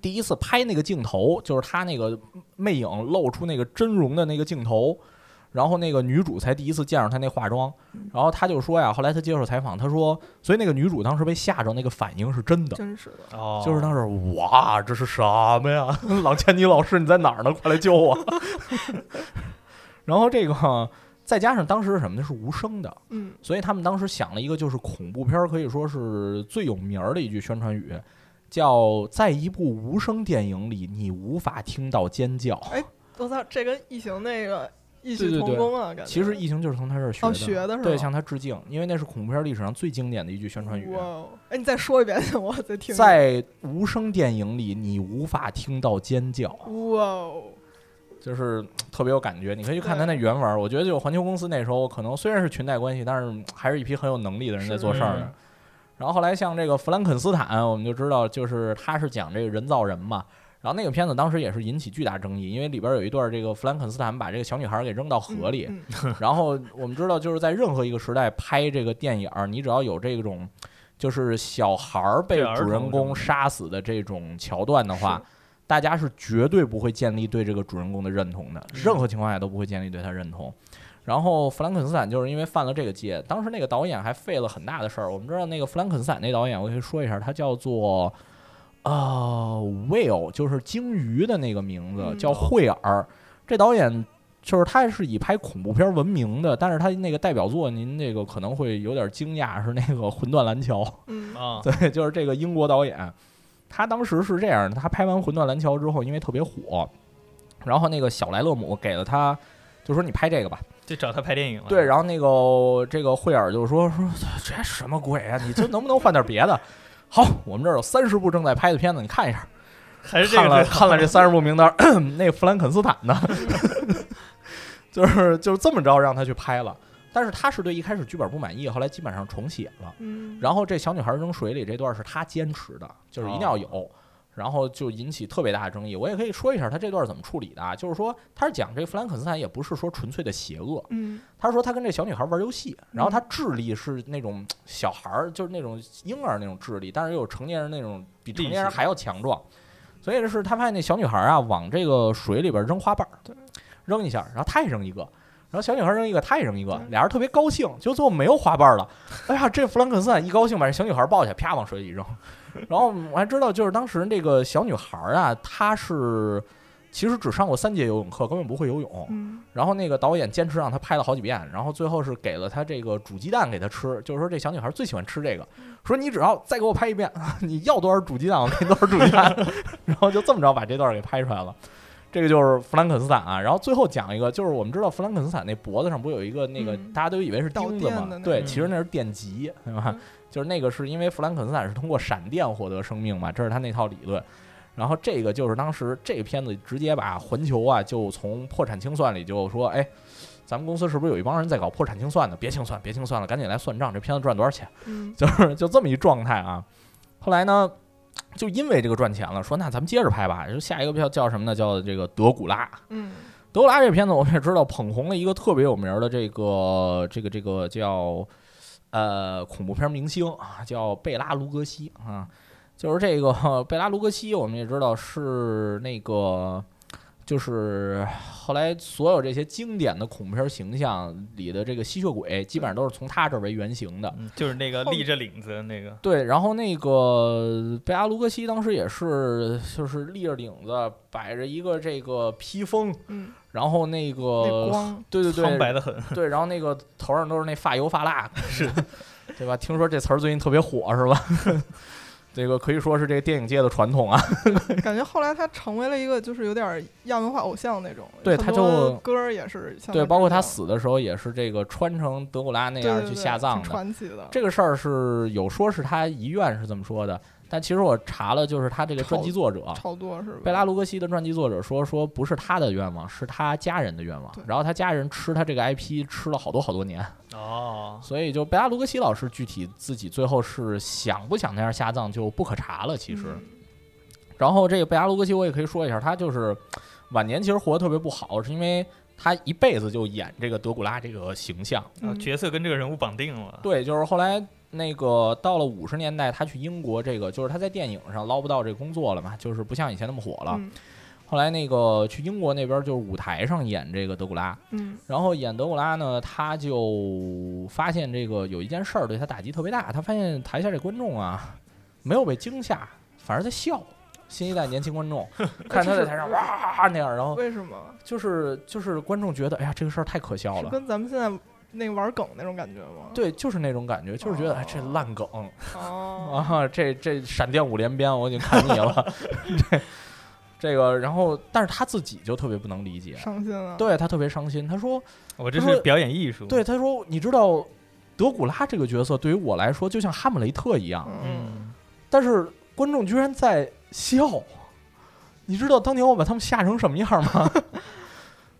Speaker 3: 第一次拍那个镜头，就是他那个魅影露出那个真容的那个镜头。然后那个女主才第一次见着他那化妆，然后他就说呀，后来他接受采访，他说，所以那个女主当时被吓着，那个反应是真的，
Speaker 2: 真是的，
Speaker 1: 哦
Speaker 3: 就是当时哇，这是什么呀？ 郎千妮老师，你在哪儿呢？快来救我！ 然后这个再加上当时是什么呢？是无声的，
Speaker 2: 嗯，
Speaker 3: 所以他们当时想了一个，就是恐怖片儿可以说是最有名儿的一句宣传语，叫“在一部无声电影里，你无法听到尖叫
Speaker 2: 哎我操，这跟异形那个异
Speaker 3: 对
Speaker 2: 曲
Speaker 3: 对
Speaker 2: 同
Speaker 3: 对
Speaker 2: 工啊，”。感觉。
Speaker 3: 其实异形就是从他这儿学的，
Speaker 2: 哦学的是吧？
Speaker 3: 对，向他致敬，因为那是恐怖片儿历史上最经典的一句宣传语。
Speaker 2: 哇哦，哎，你再说一遍， 我再听一遍。
Speaker 3: 在无声电影里，你无法听到尖叫。
Speaker 2: 哇哦，
Speaker 3: 就是嗯特别有感觉。你可以去看他那
Speaker 2: 对
Speaker 3: 原文儿，我觉得就环球公司那时候可能虽然是裙带关系，但是嗯还是一批很有能力的人在
Speaker 2: 是
Speaker 3: 做事儿的
Speaker 1: 嗯。
Speaker 3: 然后后来像这个《弗兰肯斯坦》，我们就知道就是他是讲这个人造人嘛。然后那个片子当时也是引起巨大争议，因为里边有一段这个弗兰肯斯坦把这个小女孩儿给扔到河里，
Speaker 2: 嗯嗯
Speaker 3: 然后我们知道，就是在任何一个时代拍这个电影儿，你只要有这种就是小孩儿被
Speaker 1: 对儿童
Speaker 3: 主人公杀死的这种桥段的话，大家是绝对不会建立对这个主人公的认同的，
Speaker 1: 嗯
Speaker 3: 任何情况下都不会建立对他认同。然后弗兰肯斯坦就是因为犯了这个戒，当时那个导演还费了很大的事儿。我们知道那个弗兰肯斯坦那导演，我可以说一下，他叫做呃 Will，就是鲸鱼的那个名字，
Speaker 2: 嗯
Speaker 3: 叫惠尔。这导演就是他是以拍恐怖片闻名的，但是他那个代表作，您那个可能会有点惊讶，是那个《魂断蓝桥》。
Speaker 2: 嗯，
Speaker 1: 啊，
Speaker 3: 对，就是这个英国导演，他当时是这样的：他拍完《魂断蓝桥》之后，因为特别火，然后那个小莱勒姆给了他，就说你拍这个吧。
Speaker 1: 就找他拍电影了。
Speaker 3: 对，然后那个这个惠尔就说说这什么鬼啊？你这能不能换点别的？好，我们这儿有三十部正在拍的片子，你看一下。
Speaker 1: 还哎是这
Speaker 3: 看
Speaker 1: 个
Speaker 3: 了
Speaker 1: 最好
Speaker 3: 看了这三十部名单， 那个弗兰肯斯坦呢， 就是就是这么着让他去拍了。但是他是对一开始剧本不满意，后来基本上重写了。
Speaker 2: 嗯，
Speaker 3: 然后这小女孩扔水里这段是他坚持的，就是一定要有，
Speaker 1: 哦
Speaker 3: 然后就引起特别大的争议。我也可以说一下他这段怎么处理的啊，就是说他是讲这弗兰肯斯坦也不是说纯粹的邪恶，
Speaker 2: 嗯，
Speaker 3: 他说他跟这小女孩玩游戏，然后他智力是那种小孩儿，就是那种婴儿那种智力，但是又有成年人那种比成年人还要强壮，所以是他发现那小女孩啊往这个水里边扔花瓣儿
Speaker 2: 对，
Speaker 3: 扔一下，然后他也扔一个。然后小女孩扔一个，他也扔一个
Speaker 2: 对，
Speaker 3: 俩人特别高兴，就最后没有花瓣了。哎呀，这弗兰肯斯坦一高兴把这小女孩抱起来，啪往水里一扔。然后我还知道，就是当时这个小女孩啊，她是其实只上过三节游泳课，根本不会游泳。
Speaker 2: 嗯，
Speaker 3: 然后那个导演坚持让他拍了好几遍，然后最后是给了他这个煮鸡蛋给他吃，就是说这小女孩最喜欢吃这个，说你只要再给我拍一遍， 你要多少煮鸡蛋我给你多少煮鸡蛋， 然后就这么着把这段给拍出来了。这个就是弗兰肯斯坦啊，然后最后讲一个，就是我们知道弗兰肯斯坦那脖子上不有一个那个、
Speaker 2: 嗯
Speaker 3: 大家都以为是钉子
Speaker 2: 导电的
Speaker 3: 嘛
Speaker 2: 那，个
Speaker 3: 对，
Speaker 1: 嗯
Speaker 3: 其实那是电极，对吧？
Speaker 2: 嗯
Speaker 3: 就是那个是因为弗兰肯斯坦是通过闪电获得生命嘛，这是他那套理论。然后这个就是当时这个片子直接把环球啊，就从破产清算里就说，哎，咱们公司是不是有一帮人在搞破产清算呢？别清算，别清算了，赶紧来算账，这片子赚多少钱？
Speaker 2: 嗯，
Speaker 3: 就是就这么一状态啊。后来呢，就因为这个赚钱了，说那咱们接着拍吧。就下一个票叫什么呢？叫这个德古拉。
Speaker 2: 嗯，
Speaker 3: 德古拉这片子我们也知道，捧红了一个特别有名儿的这个这个这个叫呃恐怖片明星啊，叫贝拉卢格西啊，就是这个贝拉卢格西，我们也知道是那个就是后来所有这些经典的恐怖片形象里的这个吸血鬼，基本上都是从他这儿为原型的。
Speaker 1: 嗯就是那个
Speaker 3: 后
Speaker 1: 立着领子那个，
Speaker 3: 对，然后那个贝拉卢格西当时也是，就是立着领子，摆着一个这个披风，
Speaker 2: 嗯，
Speaker 3: 然后那
Speaker 2: 那
Speaker 3: 个
Speaker 2: 光，
Speaker 3: 对对对，
Speaker 1: 苍白的很。
Speaker 3: 对，然后那个头上都是那发油 发蜡，是， 对吧？听说这词儿最近特别火，是吧？ 这个可以说是这个电影界的传统啊。
Speaker 2: 感觉后来他成为了一个就是有点亚文化偶像那种，
Speaker 3: 对
Speaker 2: 很
Speaker 3: 他
Speaker 2: 多
Speaker 3: 就
Speaker 2: 歌儿也是像
Speaker 3: 对，包括他
Speaker 2: 这
Speaker 3: 死的时候也是这个穿成德古拉那
Speaker 2: 样
Speaker 3: 样
Speaker 2: 对对
Speaker 3: 去
Speaker 2: 对
Speaker 3: 下葬
Speaker 2: 挺
Speaker 3: 的。
Speaker 2: 传奇的，
Speaker 3: 这个事儿是有说是他遗愿是这么说的，但其实我查了，就是他这个传记作者
Speaker 2: 炒作是吧？
Speaker 3: 贝拉卢格西的传记作者说，说不是他的愿望，是他家人的愿望
Speaker 2: 对。
Speaker 3: 然后他家人吃他这个 IP 吃了好多好多年，
Speaker 1: 哦，
Speaker 3: 所以就贝拉卢格西老师具体自己最后是想不想那样下葬就不可查了。其实，
Speaker 2: 嗯
Speaker 3: 然后这个贝拉卢格西我也可以说一下，他就是晚年其实活得特别不好，是因为他一辈子就演这个德古拉这个形象。
Speaker 2: 嗯
Speaker 1: 啊角色跟这个人物绑定了，
Speaker 3: 对，就是后来那个到了五十年代，他去英国，这个就是他在电影上捞不到这工作了嘛，就是不像以前那么火了。
Speaker 2: 嗯
Speaker 3: 后来那个去英国那边就是舞台上演这个德古拉，
Speaker 2: 嗯
Speaker 3: 然后演德古拉呢，他就发现这个有一件事儿对他打击特别大，他发现台下这观众啊没有被惊吓，反而在笑。新一代年轻 观众看他在台上哇那样，然后
Speaker 2: 为什么？
Speaker 3: 就是就是观众觉得哎呀这个事儿太可笑
Speaker 2: 是
Speaker 3: 了，
Speaker 2: 跟咱们现在那个玩梗那种感觉吗？
Speaker 3: 对，就是那种感觉，就是觉得哎这烂梗，
Speaker 2: 哦，
Speaker 3: 啊，这这闪电五连鞭我已经看腻了， 这这个，然后但是他自己就特别不能理解，
Speaker 2: 伤心啊了。，
Speaker 3: 对他特别伤心。他说，
Speaker 1: 我这
Speaker 3: 他
Speaker 1: 是
Speaker 3: 说
Speaker 1: 表演艺术。
Speaker 3: 对，他说，你知道德古拉这个角色对于我来说就像哈姆雷特一样，
Speaker 2: 嗯，
Speaker 1: 嗯，
Speaker 3: 但是观众居然在笑，你知道当年我把他们吓成什么样吗？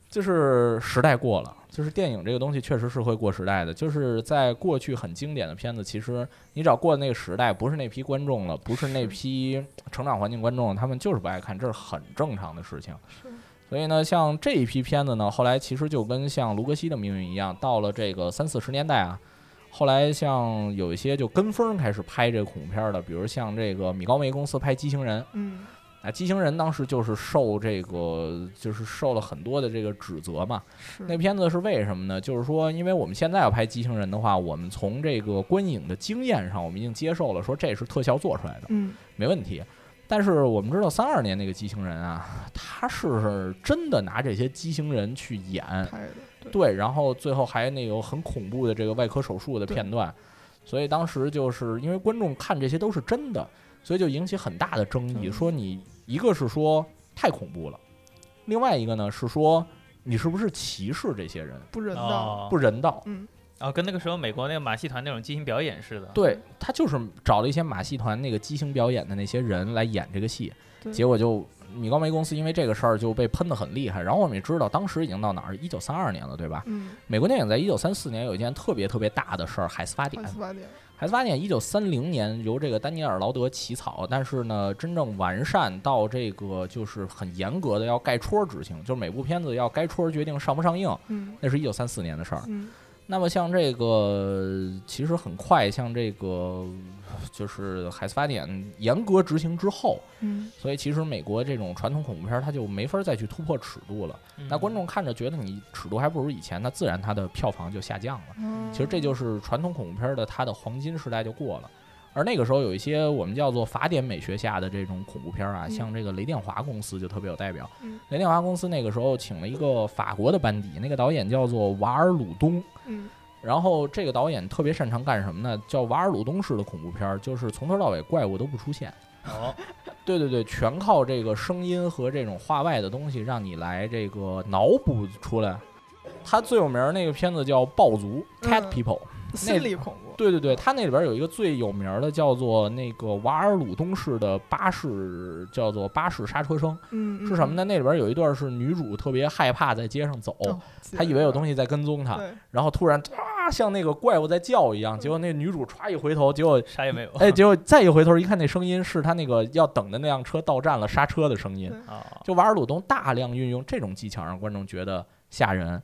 Speaker 3: 就是时代过了，就是电影这个东西确实是会过时代的。就是在过去很经典的片子，其实你只要过了那个时代，不是那批观众了，不是那批成长环境观众了，他们就是不爱看，这是很正常的事情。
Speaker 2: 是
Speaker 3: 所以呢，像这一批片子呢，后来其实就跟像卢格西的命运一样，到了这个三四十年代啊，后来像有一些就跟风开始拍这个恐怖片儿的，比如像这个米高梅公司拍《畸形人》
Speaker 2: 嗯
Speaker 3: 啊，《畸形人》当时就是受这个就是受了很多的这个指责嘛。
Speaker 2: 是
Speaker 3: 那片子是为什么呢？就是说，因为我们现在要拍《畸形人》的话，我们从这个观影的经验上，我们已经接受了说这是特效做出来的。
Speaker 2: 嗯
Speaker 3: 没问题。但是我们知道，三二年那个畸形人啊，他是真的拿这些畸形人去演，
Speaker 2: 拍的对
Speaker 3: 对，然后最后还那有很恐怖的这个外科手术的
Speaker 2: 对
Speaker 3: 片段，所以当时就是因为观众看这些都是真的，所以就引起很大的争议，
Speaker 1: 嗯
Speaker 3: 说你一个是说太恐怖了，另外一个呢是说你是不是歧视这些人，
Speaker 2: 不人道。
Speaker 1: 哦，
Speaker 3: 嗯不人道。
Speaker 2: 嗯
Speaker 1: 哦，跟那个时候美国那个马戏团那种即兴表演似的。嗯
Speaker 3: 对他就是找了一些马戏团那个即兴表演的那些人来演这个戏，
Speaker 2: 对
Speaker 3: 结果就米高梅公司因为这个事儿就被喷得很厉害。然后我们也知道，当时已经到哪儿？一九三二年了，对吧？
Speaker 2: 嗯，
Speaker 3: 美国电影在一九三四年有一件特别特别大的事儿——海斯法典
Speaker 2: 汉。斯法典
Speaker 3: 海斯法典一九三零年由这个丹尼尔·劳德起草，但是呢，真正完善到这个就是很严格的要盖戳执行，就是每部片子要该戳决定上不上映，
Speaker 2: 嗯
Speaker 3: 那是一九三四年的事儿。
Speaker 2: 嗯
Speaker 3: 那么像这个，其实很快，像这个就是海斯法典严格执行之后，
Speaker 2: 嗯，
Speaker 3: 所以其实美国这种传统恐怖片儿它就没法再去突破尺度了。
Speaker 1: 嗯，
Speaker 3: 那观众看着觉得你尺度还不如以前，那自然它的票房就下降了。
Speaker 2: 嗯
Speaker 3: 其实这就是传统恐怖片儿的它的黄金时代就过了。而那个时候有一些我们叫做法典美学下的这种恐怖片儿啊，
Speaker 2: 嗯
Speaker 3: 像这个雷电华公司就特别有代表
Speaker 2: 嗯。
Speaker 3: 雷电华公司那个时候请了一个法国的班底，那个导演叫做瓦尔鲁东。
Speaker 2: 嗯
Speaker 3: 然后这个导演特别擅长干什么呢？叫瓦尔鲁东式的恐怖片儿，就是从头到尾怪物都不出现。
Speaker 1: 哦，
Speaker 3: 对对对，全靠这个声音和这种话外的东西让你来这个脑补出来。他最有名儿那个片子叫《暴族》（Cat
Speaker 2: 嗯
Speaker 3: People）。
Speaker 2: 心理恐怖
Speaker 3: 对对对，他那里边有一个最有名儿的叫做那个瓦尔鲁东式的巴士，叫做巴士刹车声
Speaker 2: 嗯
Speaker 3: 是什么呢？？那里边有一段是女主特别害怕在街上走，
Speaker 2: 哦
Speaker 3: 她以为有东
Speaker 2: 西
Speaker 3: 西在跟踪她，
Speaker 2: 嗯对
Speaker 3: 然后突然啊像那个怪物在叫一
Speaker 2: 嗯
Speaker 3: 样，结果那女主歘一回头，结果
Speaker 1: 啥也没有。
Speaker 3: 哎，结果再一回头一看，那声音是他那个要等的那辆车到站了刹车的声音
Speaker 2: 对。
Speaker 1: 哦，
Speaker 3: 就瓦尔鲁东大量运用这种技巧，让观众觉得吓人。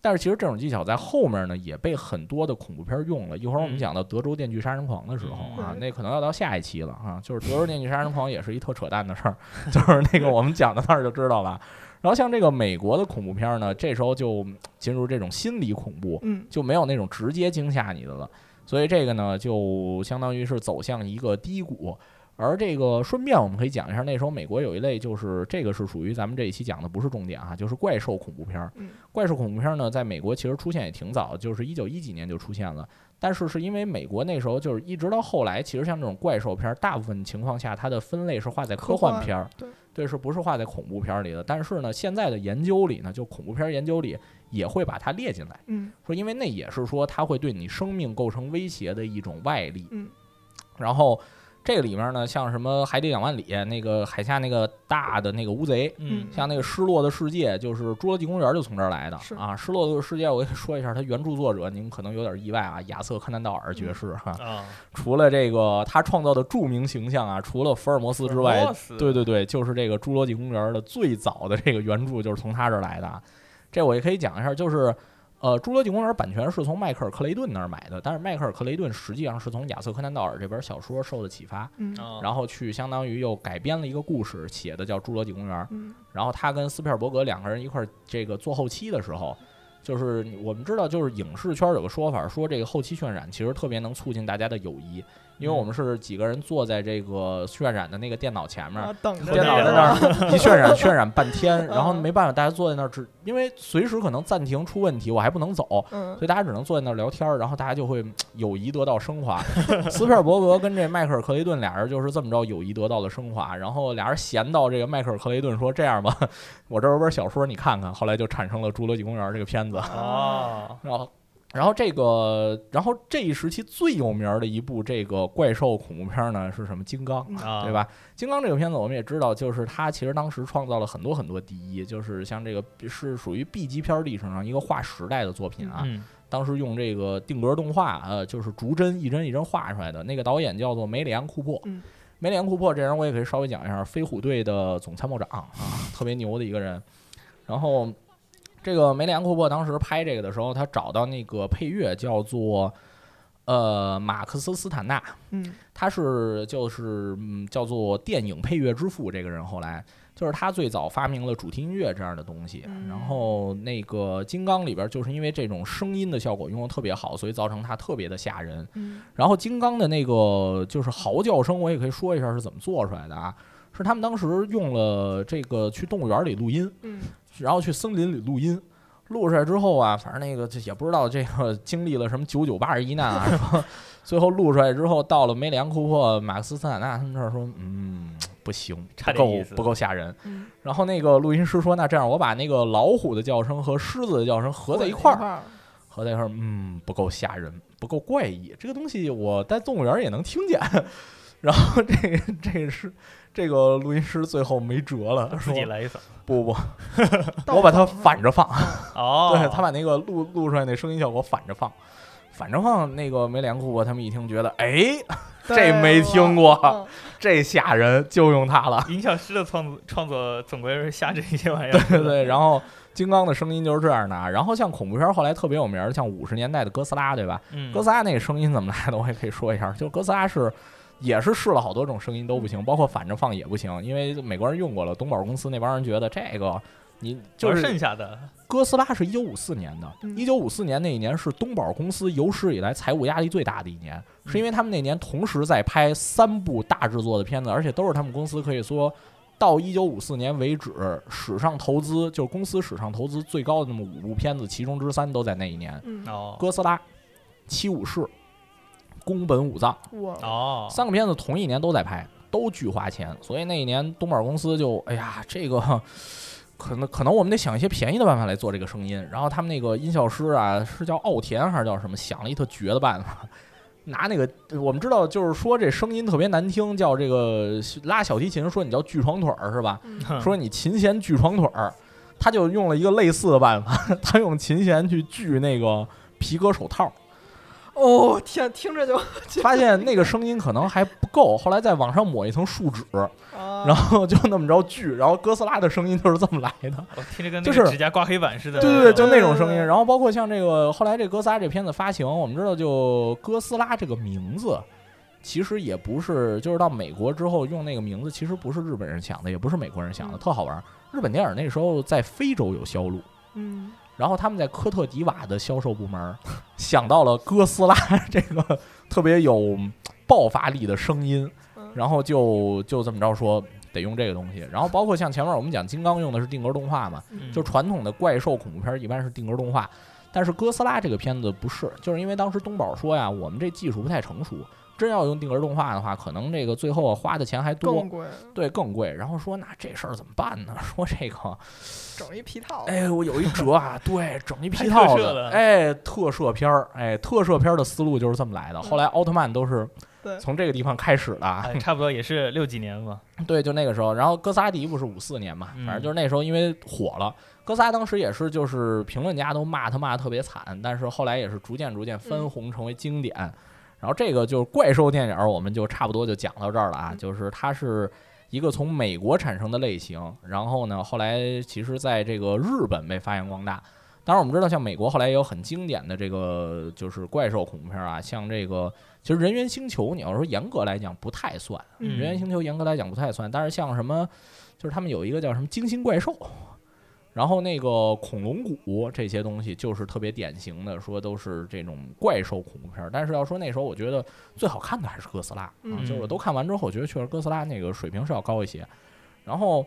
Speaker 3: 但是其实这种技巧在后面呢，也被很多的恐怖片用了。一会儿我们
Speaker 1: 嗯
Speaker 3: 讲到德州电锯杀人狂的时候啊，
Speaker 2: 嗯
Speaker 3: 那可能要到下一期了 啊。就是德州电锯杀人狂也是一特扯淡的事儿， 就是那个我们讲到那儿就知道了。然后像这个美国的恐怖片呢，这时候就嗯进入这种心理恐怖，
Speaker 2: 嗯
Speaker 3: 就没有那种直接惊吓你的了。所以这个呢，就相当于是走向一个低谷。而这个顺便我们可以讲一下，那时候美国有一类就是这个是属于咱们这一期讲的不是重点啊，就是怪兽恐怖片儿。
Speaker 2: 嗯
Speaker 3: 怪兽恐怖片儿呢，在美国其实出现也挺早，就是一九一几年就出现了。但是是因为美国那时候就是一直到后来，其实像这种怪兽片儿，大部分情况下它的分类是画在科
Speaker 2: 科幻
Speaker 3: 幻片儿，
Speaker 2: 对
Speaker 3: 对，是不是画在恐怖片儿里的？但是呢，现在的研究里呢，就恐怖片儿研究里也会把它列进来。
Speaker 2: 嗯
Speaker 3: 说因为那也是说它会对你生命构成威胁的一种外力。
Speaker 2: 嗯，
Speaker 3: 然后这个里面呢，像什么《海底两万里》那个海下那个大的那个乌贼，
Speaker 1: 嗯
Speaker 3: 像那个《失落的世界》，就是《侏罗纪公园》就从这儿来的
Speaker 2: 是
Speaker 3: 啊。《失落的世界》，我跟你说一下，它原著作者，你们可能有点意外啊，亚瑟·柯南道尔爵士哈、
Speaker 1: 啊，
Speaker 3: 除了这个他创造的著名形象啊，除了福尔摩斯之外
Speaker 1: 福尔摩，斯
Speaker 3: 对对对，就是这个《侏罗纪公园》的最早的这个原著就是从他这儿来的啊。这我也可以讲一下，就是呃，《侏罗纪公园》版权是从迈克尔·克雷顿那儿买的，但是迈克尔·克雷顿实际上是从亚瑟·柯南道尔这本小说受的启发，
Speaker 2: 嗯
Speaker 1: 啊
Speaker 3: 然后去相当于又改编了一个故事，写的叫《侏罗纪公园》。
Speaker 2: 嗯
Speaker 3: 然后他跟斯皮尔伯格两个人一块儿这个做后期的时候，就是我们知道，就是影视圈有个说法，说这个后期渲染其实特别能促进大家的友谊，因为我们是几个人坐在这个渲染的那个电脑前面。
Speaker 2: 啊，等着
Speaker 3: 电脑
Speaker 2: 这
Speaker 3: 在
Speaker 2: 个
Speaker 3: 那 儿一渲染渲染半天，然后
Speaker 2: 嗯
Speaker 3: 没办法，大家坐在那儿只因为随时可能暂停出问题，我还不能走，
Speaker 2: 嗯
Speaker 3: 所以大家只能坐在那儿聊天儿，然后大家就会嗯友谊得到升 华。斯皮尔伯格跟这迈克尔·克雷顿俩人就是这么着友谊得到了升华，然后俩人闲到这个迈克尔·克雷顿说：“这样吧， 我这儿有本小说，你看看。”后来就产生了《侏罗纪公园》这个片子。
Speaker 1: 哦，
Speaker 3: 然后，然后这个，然后这一时期最有名儿的一部这个怪兽恐怖片儿呢是什么？金刚。
Speaker 1: 啊，
Speaker 3: 对？吧？金刚这个片子我们也知道，就是它其实当时创造了很多很多第一，就是像这个是属于 B 级片儿历史上一个划时代的作品啊。
Speaker 1: 嗯
Speaker 3: 当时用这个定格动画，呃，就是逐帧一帧一帧画出来的。那个导演叫做梅里安·库珀。
Speaker 2: 嗯
Speaker 3: 梅里安·库珀这人我也可以稍微讲一下，飞虎队的总参谋长啊，特别牛的一个人。然后，这个梅里安·库珀当时拍这个的时候，他找到那个配乐叫做呃马克思·斯坦纳，
Speaker 2: 嗯
Speaker 3: 他是就是嗯叫做电影配乐之父这个人，后来就是他最早发明了主题音乐这样的东西。
Speaker 2: 嗯
Speaker 3: 然后那个《金刚》里边就是因为这种声音的效果用的特别好，所以造成它特别的吓人。
Speaker 2: 嗯
Speaker 3: 然后《金刚》的那个就是嚎叫声，我也可以说一下是怎么做出来的啊。是他们当时用了这个去动物园里录音，
Speaker 2: 嗯
Speaker 3: 然后去森林里录音，录出来之后啊，反正那个这也不知道这个 经历了什么九九八十一难啊，然后 最后录出来之后，到了梅里安·库珀、马克思·斯坦纳他们这儿说，嗯，不行，
Speaker 1: 差
Speaker 3: 不
Speaker 1: 点
Speaker 3: 够
Speaker 1: 意思
Speaker 3: 不够吓人。
Speaker 2: 嗯，
Speaker 3: 然后那个录音师说，那这样我把那个老虎的叫声和狮子的叫声合在一块儿，
Speaker 2: 儿，
Speaker 3: 合在一块儿，嗯，不够吓人，不够怪异。这个东西我在动物园也能听见。 然后这个这个是这个录音师最后没辙了，
Speaker 1: 自
Speaker 3: 说
Speaker 1: 己来 一首。
Speaker 3: 不不，
Speaker 2: 到
Speaker 3: 我把它
Speaker 2: 手了
Speaker 3: 反着放。
Speaker 1: 哦，
Speaker 3: 对他把那个录录出来那声音效果反着放，反着放。那个梅连库珀他们一听觉得，哎，这没听过
Speaker 2: 对了
Speaker 3: 这吓人，就用它 了。
Speaker 1: 音效师的创作创作总归是下这些玩意儿。
Speaker 3: 对对，然后金刚的声音就是这样的啊。然后像恐怖片后来特别有名儿，像五十年代的哥斯拉，对吧？
Speaker 1: 嗯，
Speaker 3: 哥斯拉那个声音怎么来的？我也可以说一下，就哥斯拉是。也是试了好多种声音都不行，包括反着放也不行，因为美国人用过了，东宝公司那帮人觉得这个你就
Speaker 1: 玩
Speaker 3: 是
Speaker 1: 剩下的
Speaker 3: 哥斯拉是一九五四年的，
Speaker 2: 嗯
Speaker 3: 一九五四年那一年是东宝公司有史以来财务压力最大的一年，
Speaker 1: 嗯
Speaker 3: 是因为他们那年同时在拍三部大制作的片子，而且都是他们公司可以说到一九五四年为止史上投资就是公司史上投资最高的那么五部片子，其中之三都在那一年：
Speaker 2: 嗯，
Speaker 1: 哦
Speaker 3: 哥斯拉、七武士、宫本武藏。
Speaker 2: 我
Speaker 1: 哦，
Speaker 3: 三个片子同一年都在拍，都巨花钱，所以那一年东宝公司就哎呀，这个可能可能我们得想一些便宜的办法来做这个声音。然后他们那个音效师啊，是叫奥田还是叫什么，想了一特绝的办法。拿那个，我们知道，就是说这声音特别难听，叫这个拉小提琴，说你叫锯床腿儿是吧？
Speaker 2: 嗯
Speaker 1: 哼
Speaker 3: 说你琴弦锯床腿儿，他就用了一个类似的办法， 他用琴弦去锯那个皮革手套，
Speaker 2: 哦天，听着就
Speaker 3: 发现那个声音可能还不够，后来在网上抹一层树脂，
Speaker 2: 然
Speaker 3: 然后就那么着锯，然后哥斯拉的声音就是这么来的。
Speaker 1: 我听着跟那
Speaker 3: 就是
Speaker 1: 个指甲刮黑板似的。
Speaker 3: 对对对，就那种
Speaker 2: 对
Speaker 3: 声
Speaker 2: 对
Speaker 3: 音。
Speaker 2: 对
Speaker 3: 然后包括像这个后来这哥斯拉这片子发行，我们知道就哥斯拉这个名字。其实也不是，就是到美国之后用那个名字，其实不是日本人想的，也不是美国人想的，
Speaker 2: 嗯
Speaker 3: 特好玩儿。日本电影那时候在非洲有销路，
Speaker 2: 嗯
Speaker 3: 然后他们在科特迪瓦的销售部门儿 想到了哥斯拉这个特别有爆发力的声音，
Speaker 2: 嗯
Speaker 3: 然后就就这么着说得用这个东西。然后包括像前面我们讲金刚用的是定格动画嘛，
Speaker 1: 嗯
Speaker 3: 就传统的怪兽恐怖片儿一般是定格动画，但是哥斯拉这个片子不是，就是因为当时东宝说呀，我们这技术不太成熟，真要用定格动画的话，可能这个最后花的钱还多
Speaker 2: 更，贵，
Speaker 3: 对，更贵。然后说那这事儿怎么办呢？ 说这个。
Speaker 2: 整一皮套，
Speaker 3: 哎，我有一折啊，对，整一
Speaker 1: 拍
Speaker 3: 皮
Speaker 1: 特
Speaker 3: 套
Speaker 1: 摄的
Speaker 3: 的，哎，特摄片儿，哎，特摄片儿的思路就是这么来的。后来奥特曼都是
Speaker 2: 嗯对
Speaker 3: 从这个地方开始的啊。
Speaker 1: 哎，差不多也是六几年吧。
Speaker 3: 对，就那个时候，然后哥斯拉第一部是五四年嘛，
Speaker 1: 嗯
Speaker 3: 反正就是那时候因为火了，哥斯拉当时也是就是评论家都骂他骂的特别惨，但是后来也是逐渐逐渐分
Speaker 2: 嗯
Speaker 3: 红成为经典。然后这个就是怪兽电影，我们就差不多就讲到这儿了啊，
Speaker 2: 嗯
Speaker 3: 就是它是一个从美国产生的类型，然后呢，后来其实在这个日本被发扬光大。当然，我们知道，像美国后来也有很经典的这个就是怪兽恐怖片啊，像这个其实《人猿星球》，你要说严格来讲不太算，
Speaker 1: 嗯
Speaker 3: 人猿星球严格来讲不太算，但是像什么，就是他们有一个叫什么惊心怪兽，然后那个恐龙骨这些东西，就是特别典型的说都是这种怪兽恐怖片儿。但是要说那时候，我觉得最好看的还是哥斯拉，啊，
Speaker 2: 嗯
Speaker 3: 就是我都看完之后，我觉得确实哥斯拉那个水平是要高一些。然后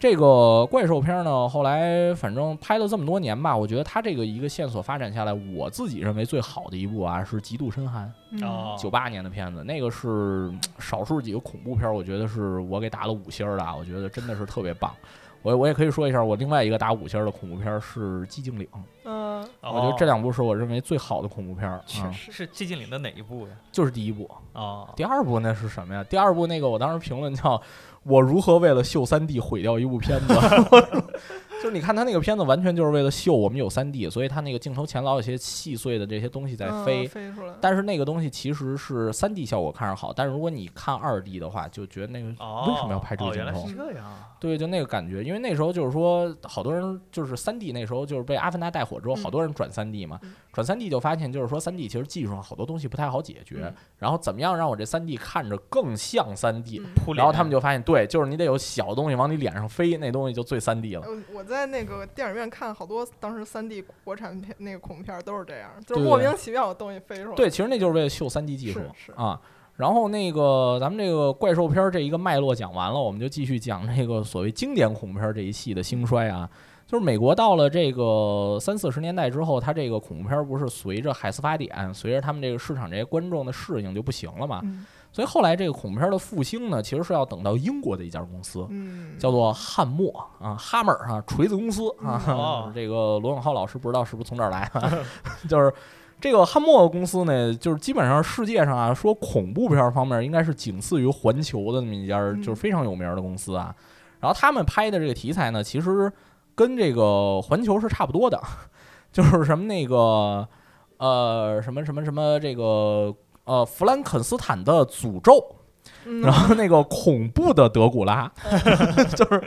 Speaker 3: 这个怪兽片儿呢，后来反正拍了这么多年吧，我觉得它这个一个线索发展下来，我自己认为最好的一部啊是《极度深寒》。
Speaker 2: 嗯啊
Speaker 1: 哦，
Speaker 3: 九八年的片子，那个是嗯少数几个恐怖片儿，我觉得是我给打了五星儿的啊，我觉得真的是特别棒。我我也可以说一下，我另外一个打五星儿的恐怖片儿是《寂静岭》，
Speaker 2: 嗯，
Speaker 3: 我觉得这
Speaker 1: 两
Speaker 3: 两部是我认为最好的恐怖片儿，
Speaker 2: 确
Speaker 3: 嗯
Speaker 2: 实，
Speaker 1: 哦是寂静岭的哪一部呀？
Speaker 3: 就是第一部。
Speaker 1: 哦，
Speaker 3: 第二部那是什么呀？第二部那个我当时评论叫“我如何为了秀三 D 毁掉一部片子”， 就是你看他那个片子完全就是为了秀我们有三 D，所以他那个镜头前老有一些细碎的这些东西在
Speaker 2: 嗯
Speaker 3: 飞，
Speaker 2: 飞出来，
Speaker 3: 但是那个东西其实是三 D 效果看着好，但是如果你看二 D 的话，就觉得那个
Speaker 1: 哦，
Speaker 3: 为什么要拍这个
Speaker 1: 哦，
Speaker 3: 镜
Speaker 1: 原来
Speaker 3: 头？
Speaker 1: 是这样啊。
Speaker 3: 对，就那个感觉，因为那时候就是说，好多人就是三 D 那时候就是被《阿凡达》带火之
Speaker 2: 嗯
Speaker 3: 后，好多人转三 D 嘛，
Speaker 2: 嗯
Speaker 3: 转三 D 就发现就是说三 D 其实技术上好多东西不太好解决，
Speaker 2: 嗯
Speaker 3: 然后怎么样让我这三 D 看着更像三 D，、
Speaker 2: 嗯
Speaker 1: 扑
Speaker 3: 然后
Speaker 1: 脸
Speaker 3: 他们就发现对，就是你得有小东西往你脸上飞，那东西就最三 D 了。
Speaker 2: 呃我在那个电影院看好多当时三 D 国产片那个恐怖片儿都是这样，就是
Speaker 3: 对
Speaker 2: 莫
Speaker 3: 对
Speaker 2: 名其妙有东西飞出来。
Speaker 3: 对，其实那就是为了秀三 D 技术
Speaker 2: 是是
Speaker 3: 啊。然后那个咱们这个怪兽片儿这一个脉络讲完了，我们就继续讲这个所谓经典恐怖片儿这一系的兴衰啊。就是美国到了这个三四十年代之后，它这个恐怖片儿不是随着海斯法典，随着他们这个市场这些观众的适应就不行了嘛。
Speaker 2: 嗯，
Speaker 3: 所以后来这个恐怖片儿的复兴呢，其实是要等到英国的一家公司，
Speaker 2: 嗯，
Speaker 3: 叫做汉默啊，哈默啊，锤子公司啊。
Speaker 1: 嗯哦
Speaker 3: 这个罗永浩老师不知道是不是从这儿来啊？就是这个汉默公司呢，就是基本上世界上啊，说恐怖片方面应该是仅次于环球的那么一家，
Speaker 2: 嗯
Speaker 3: 就是非常有名的公司啊。然后他们拍的这个题材呢，其实跟这个环球是差不多的， 就是什么那个呃什么什么什么这个呃弗兰肯斯坦的诅咒。
Speaker 2: 嗯
Speaker 3: 然后那个恐怖的德古拉， 就是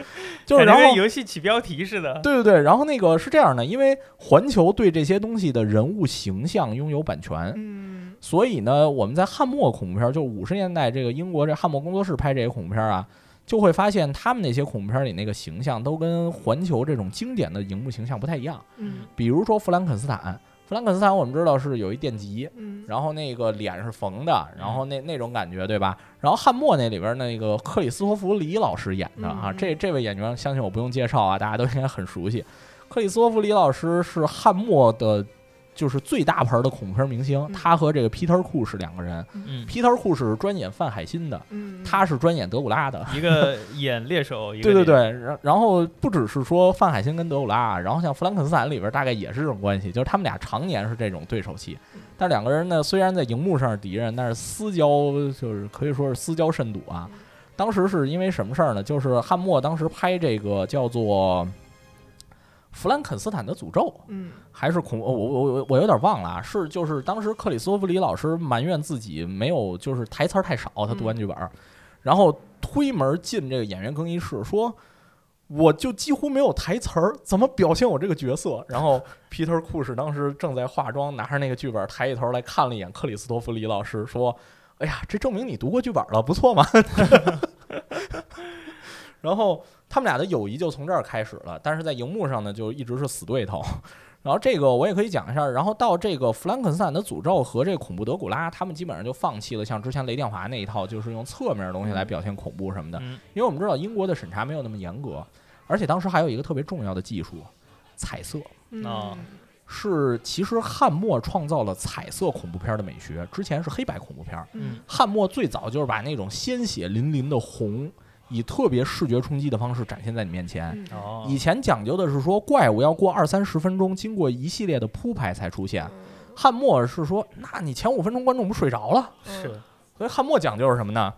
Speaker 3: 就
Speaker 1: 感觉
Speaker 3: 是，然后
Speaker 1: 跟游戏起标题似的。
Speaker 3: 对对对，然后那个是这样的，因为环球对这些东西的人物形象拥有版权，
Speaker 2: 嗯
Speaker 3: 所以呢，我们在汉默恐怖片儿，就五十年代这个英国这汉默工作室拍这些恐怖片儿啊，就会发现他们那些恐怖片儿里那个形象都跟环球这种经典的荧幕形象不太一样，
Speaker 2: 嗯
Speaker 3: 比如说弗兰肯斯坦，弗兰肯斯坦我们知道是有一电极，
Speaker 2: 嗯，
Speaker 3: 然后那个脸是缝的，然后那那种感觉，对吧？然后汉默那里边那个克里斯托弗里老师演的啊，
Speaker 2: 嗯
Speaker 3: 这这位演员相信我不用介绍啊，大家都应该很熟悉。克里斯托弗里老师是汉默的，就是最大牌的恐怖片明星，
Speaker 2: 嗯
Speaker 3: 他和这个 Peter 库是两个人。
Speaker 1: 嗯，
Speaker 3: Peter 库是专演范海辛的，
Speaker 2: 嗯
Speaker 3: 他是专演德古拉的。
Speaker 1: 一个演猎手，一个
Speaker 3: 对对
Speaker 1: 猎
Speaker 3: 对，然然后不只是说范海辛跟德古拉，啊然后像弗兰肯斯坦里边大概也是这种关系，就是他们俩常年是这种对手戏
Speaker 2: 嗯，
Speaker 3: 但两个人呢虽然在荧幕上是敌人，但是私交就是可以说是私交甚笃啊
Speaker 2: 嗯。
Speaker 3: 当时是因为什么事儿呢？就是汉默当时拍这个叫做《弗兰肯斯坦的诅咒》，
Speaker 2: 嗯
Speaker 3: 还是恐我我我我我有点忘了啊，是就是当时克里斯托弗里老师埋怨自己没有就是台词儿太少，他读完剧本儿，然后推门进这个演员更衣室说。我就几乎没有台词儿，怎么表现我这个角色？ 然后皮特库什当时正在化妆，拿着那个剧本，抬起头来看了一眼克里斯托弗里老师，说：“哎呀，这证明你读过剧本了，不错嘛。” 然后他们俩的友谊就从这儿开始了，但是在荧幕上呢，就一直是死对头。然后这个我也可以讲一下，然后到这个弗兰肯斯坦的诅咒和这个恐怖德古拉，他们基本上就放弃了像之前雷电华那一套，就是用侧面的东西来表现恐怖什么的，
Speaker 1: 嗯
Speaker 3: 因为我们知道英国的审查没有那么严格，而且当时还有一个特别重要的技术，彩色。
Speaker 2: 嗯
Speaker 3: 啊
Speaker 1: 哦
Speaker 3: 是，其实汉默创造了彩色恐怖片的美学。之前是黑白恐怖片，
Speaker 1: 嗯
Speaker 3: 汉默最早就是把那种鲜血淋淋的红，以特别视觉冲击的方式展现在你面前。
Speaker 2: 嗯
Speaker 1: 哦，
Speaker 3: 以前讲究的是说，怪物要过二三十分钟，经过一系
Speaker 2: 嗯
Speaker 3: 列的铺排才出现。汉默是说，那你前五分钟观众不睡着了，
Speaker 1: 是
Speaker 2: 嗯
Speaker 3: 所以汉末讲究是什么呢？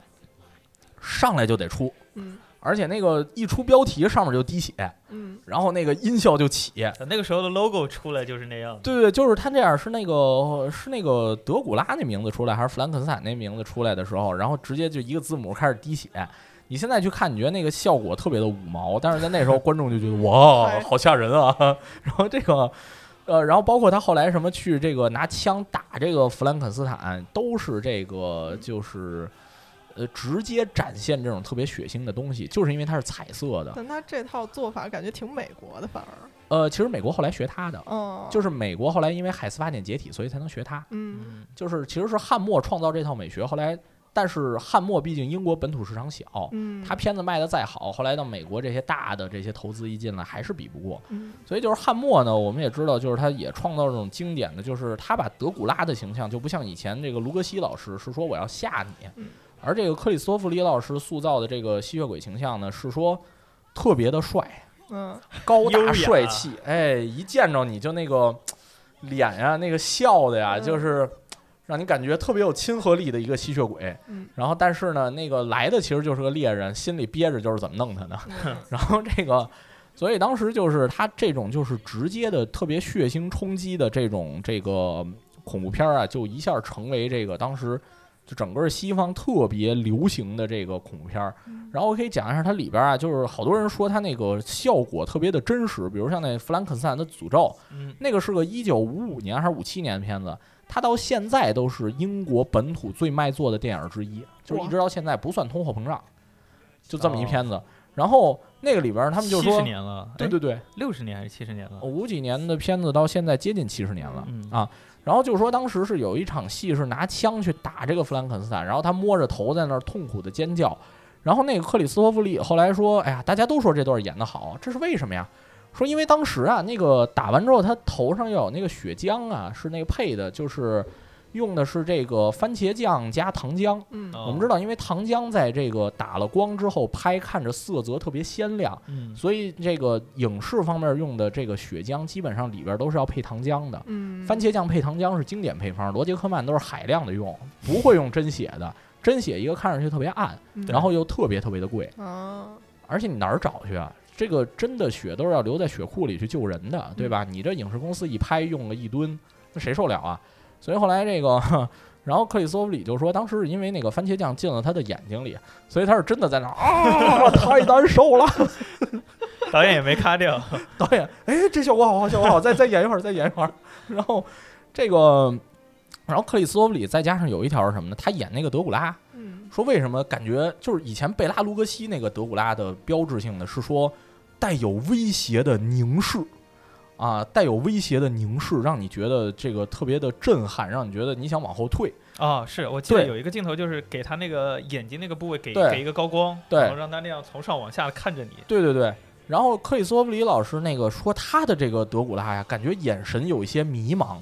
Speaker 3: 上来就得出，
Speaker 2: 嗯
Speaker 3: 而且那个一出标题上面就滴血，
Speaker 2: 嗯
Speaker 3: 然后那个音效就起。
Speaker 1: 那个时候的 logo 出来就是那样的。
Speaker 3: 对对，就是他这样，是那个是那个德古拉那名字出来，还是弗兰肯斯坦那名字出来的时候，然后直接就一个字母开始滴血。你现在去看，你觉得那个效果特别的五毛，但是在那时候观众就觉得哇
Speaker 2: 哎，
Speaker 3: 好吓人啊！然后这个，呃，然后包括他后来什么去这个拿枪打这个弗兰肯斯坦，都是这个就是，呃，直接展现这种特别血腥的东西，就是因为它是彩色的。
Speaker 2: 但他这套做法感觉挺美国的，反而，
Speaker 3: 呃，其实美国后来学他的，
Speaker 2: 嗯，，
Speaker 3: 就是是美国后来因为海斯法典解体，所以才能学他。
Speaker 2: 嗯
Speaker 1: 嗯，
Speaker 3: 就是其实是汉末创造这套美学，后来但是汉末毕竟英国本土市场小，
Speaker 2: 嗯，
Speaker 3: 他片子卖的再好，后来到美国这些大的这些投资一进来还是比不过，
Speaker 2: 嗯
Speaker 3: 所以就是汉末呢，我们也知道，就是他也创造这种经典的，就是他把德古拉的形象就不像以前这个卢格西老师是说我要吓你
Speaker 2: 嗯，
Speaker 3: 而这个克里斯托弗里老师塑造的这个吸血鬼形象呢是说特别的帅，
Speaker 2: 嗯
Speaker 3: 高
Speaker 1: 优
Speaker 3: 大
Speaker 1: 雅
Speaker 3: 帅气，哎，一见着你就那个脸呀、那个笑的呀，
Speaker 2: 嗯
Speaker 3: 就是让你感觉特别有亲和力的一个吸血鬼。
Speaker 2: 嗯
Speaker 3: 然后，但是呢，那个来的其实就是个猎人，心里憋着就是怎么弄他呢。
Speaker 2: 嗯
Speaker 3: 然后这个，所以当时就是他这种就是直接的特别血腥冲击的这种这个恐怖片儿啊，就一下成为这个当时就整个西方特别流行的这个恐怖片儿。
Speaker 2: 嗯
Speaker 3: 然后我可以讲一下它里边儿啊，就是好多人说它那个效果特别的真实，比如像那《弗兰肯斯坦的诅咒》，
Speaker 1: 嗯，
Speaker 3: 那个是个一九五五年还是五七年的片子，它到现在都是英国本土最卖座的电影之一，就是一直到现在不算通货膨胀，就这么一片子。然后那个里边儿他们就
Speaker 1: 哦七
Speaker 3: 说
Speaker 1: 十，年了，哎
Speaker 3: 对对对，
Speaker 1: 六十年还是七十年了？
Speaker 3: 五几年的片子到现在接近七十年了。
Speaker 1: 嗯
Speaker 3: 啊然后就说当时是有一场戏是拿枪去打这个弗兰肯斯坦，然后他摸着头在那儿痛苦的尖叫，然后那个克里斯托弗里后来说，哎呀，大家都说这段演得好，这是为什么呀？说因为当时啊，那个打完之后他头上要有那个血浆啊，是那个配的，就是用的是这个番茄酱加糖浆。
Speaker 2: 嗯
Speaker 1: 哦
Speaker 3: 我们知道，因为糖浆在这个打了光之后拍，看着色泽特别鲜亮，
Speaker 1: 嗯，
Speaker 3: 所以这个影视方面用的这个血浆，基本上里边都是要配糖浆的。
Speaker 2: 嗯，
Speaker 3: 番茄酱配糖浆是经典配方，罗杰克曼都是海量的用，不会用真血的。真血一个看上去特别暗，
Speaker 2: 嗯，
Speaker 3: 然后又特别特别的贵，
Speaker 2: 啊，
Speaker 3: 而且你哪儿找去啊？这个真的血都是要留在血库里去救人的，对
Speaker 2: 嗯
Speaker 3: 吧？你这影视公司一拍用了一吨，那谁受了啊？所以后来这个， 然后克里斯托弗里就说，当时是因为那个番茄酱进了他的眼睛里，所以他是真的在那儿啊，太难受了。
Speaker 1: 导演也没卡掉。
Speaker 3: 导演，哎，这效果好，好，效果好，再再演一会儿，再演一会儿。然后这个，然后克里斯托弗里再加上有一条是什么呢？他演那个德古拉，
Speaker 2: 嗯
Speaker 3: 说为什么感觉就是以前贝拉卢格西那个德古拉的标志性的是说带有威胁的凝视。啊，带有威胁的凝视，让你觉得这个特别的震撼，让你觉得你想往后退。
Speaker 1: 哦，是我记得
Speaker 3: 对
Speaker 1: 有一个镜头，就是给他那个眼睛那个部位给
Speaker 3: 对
Speaker 1: 给一个高光，
Speaker 3: 对
Speaker 1: 然后让他那样从上往下看着你。
Speaker 3: 对对对。然后克里斯托弗里老师那个说他的这个德古拉呀，感觉眼神有一些迷茫。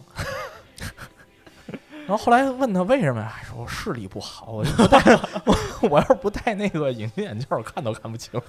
Speaker 3: 然后后来问他为什么呀？哎说我视力不好，我就不戴，我我要是不戴那个隐形眼镜儿，我看都看不清。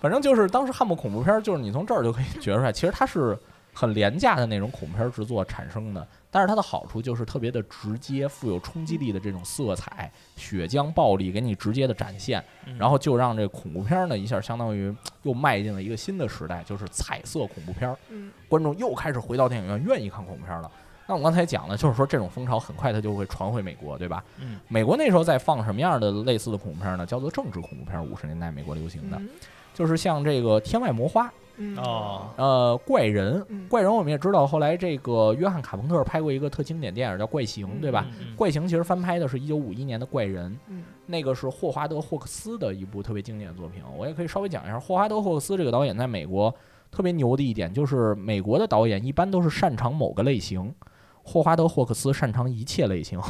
Speaker 3: 反正就是当时汉末恐怖片儿，就是你从这儿就可以觉出来，其实它是很廉价的那种恐怖片儿制作产生的，但是它的好处就是特别的直接，富有冲击力的这种色彩、血浆、暴力，给你直接的展现。
Speaker 1: 嗯
Speaker 3: 然后就让这恐怖片儿呢一下相当于又迈进了一个新的时代，就是彩色恐怖片儿，
Speaker 2: 嗯
Speaker 3: 观众又开始回到电影院愿意看恐怖片儿了。那我刚才讲了，就是说这种风潮很快它就会传回美国，对吧？
Speaker 1: 嗯，
Speaker 3: 美国那时候在放什么样的类似的恐怖片儿呢？叫做政治恐怖片儿，五十年代美国流行的，
Speaker 2: 嗯
Speaker 3: 就是像这个《天外魔花》
Speaker 2: 嗯
Speaker 1: 哦，
Speaker 3: 呃，怪人，
Speaker 2: 嗯
Speaker 3: 怪人我们也知道，后来这个约翰卡彭特拍过一个特经典电影叫《怪形》，对吧？
Speaker 1: 嗯嗯
Speaker 3: 怪形其实翻拍的是一九五一年的《怪人》，
Speaker 2: 嗯
Speaker 3: 那个是霍华德·霍克斯的一部特别经典的作品，我也可以稍微讲一下。霍华德·霍克斯这个导演在美国特别牛的一点，就是美国的导演一般都是擅长某个类型，霍华德·霍克斯擅长一切类型，
Speaker 2: 哦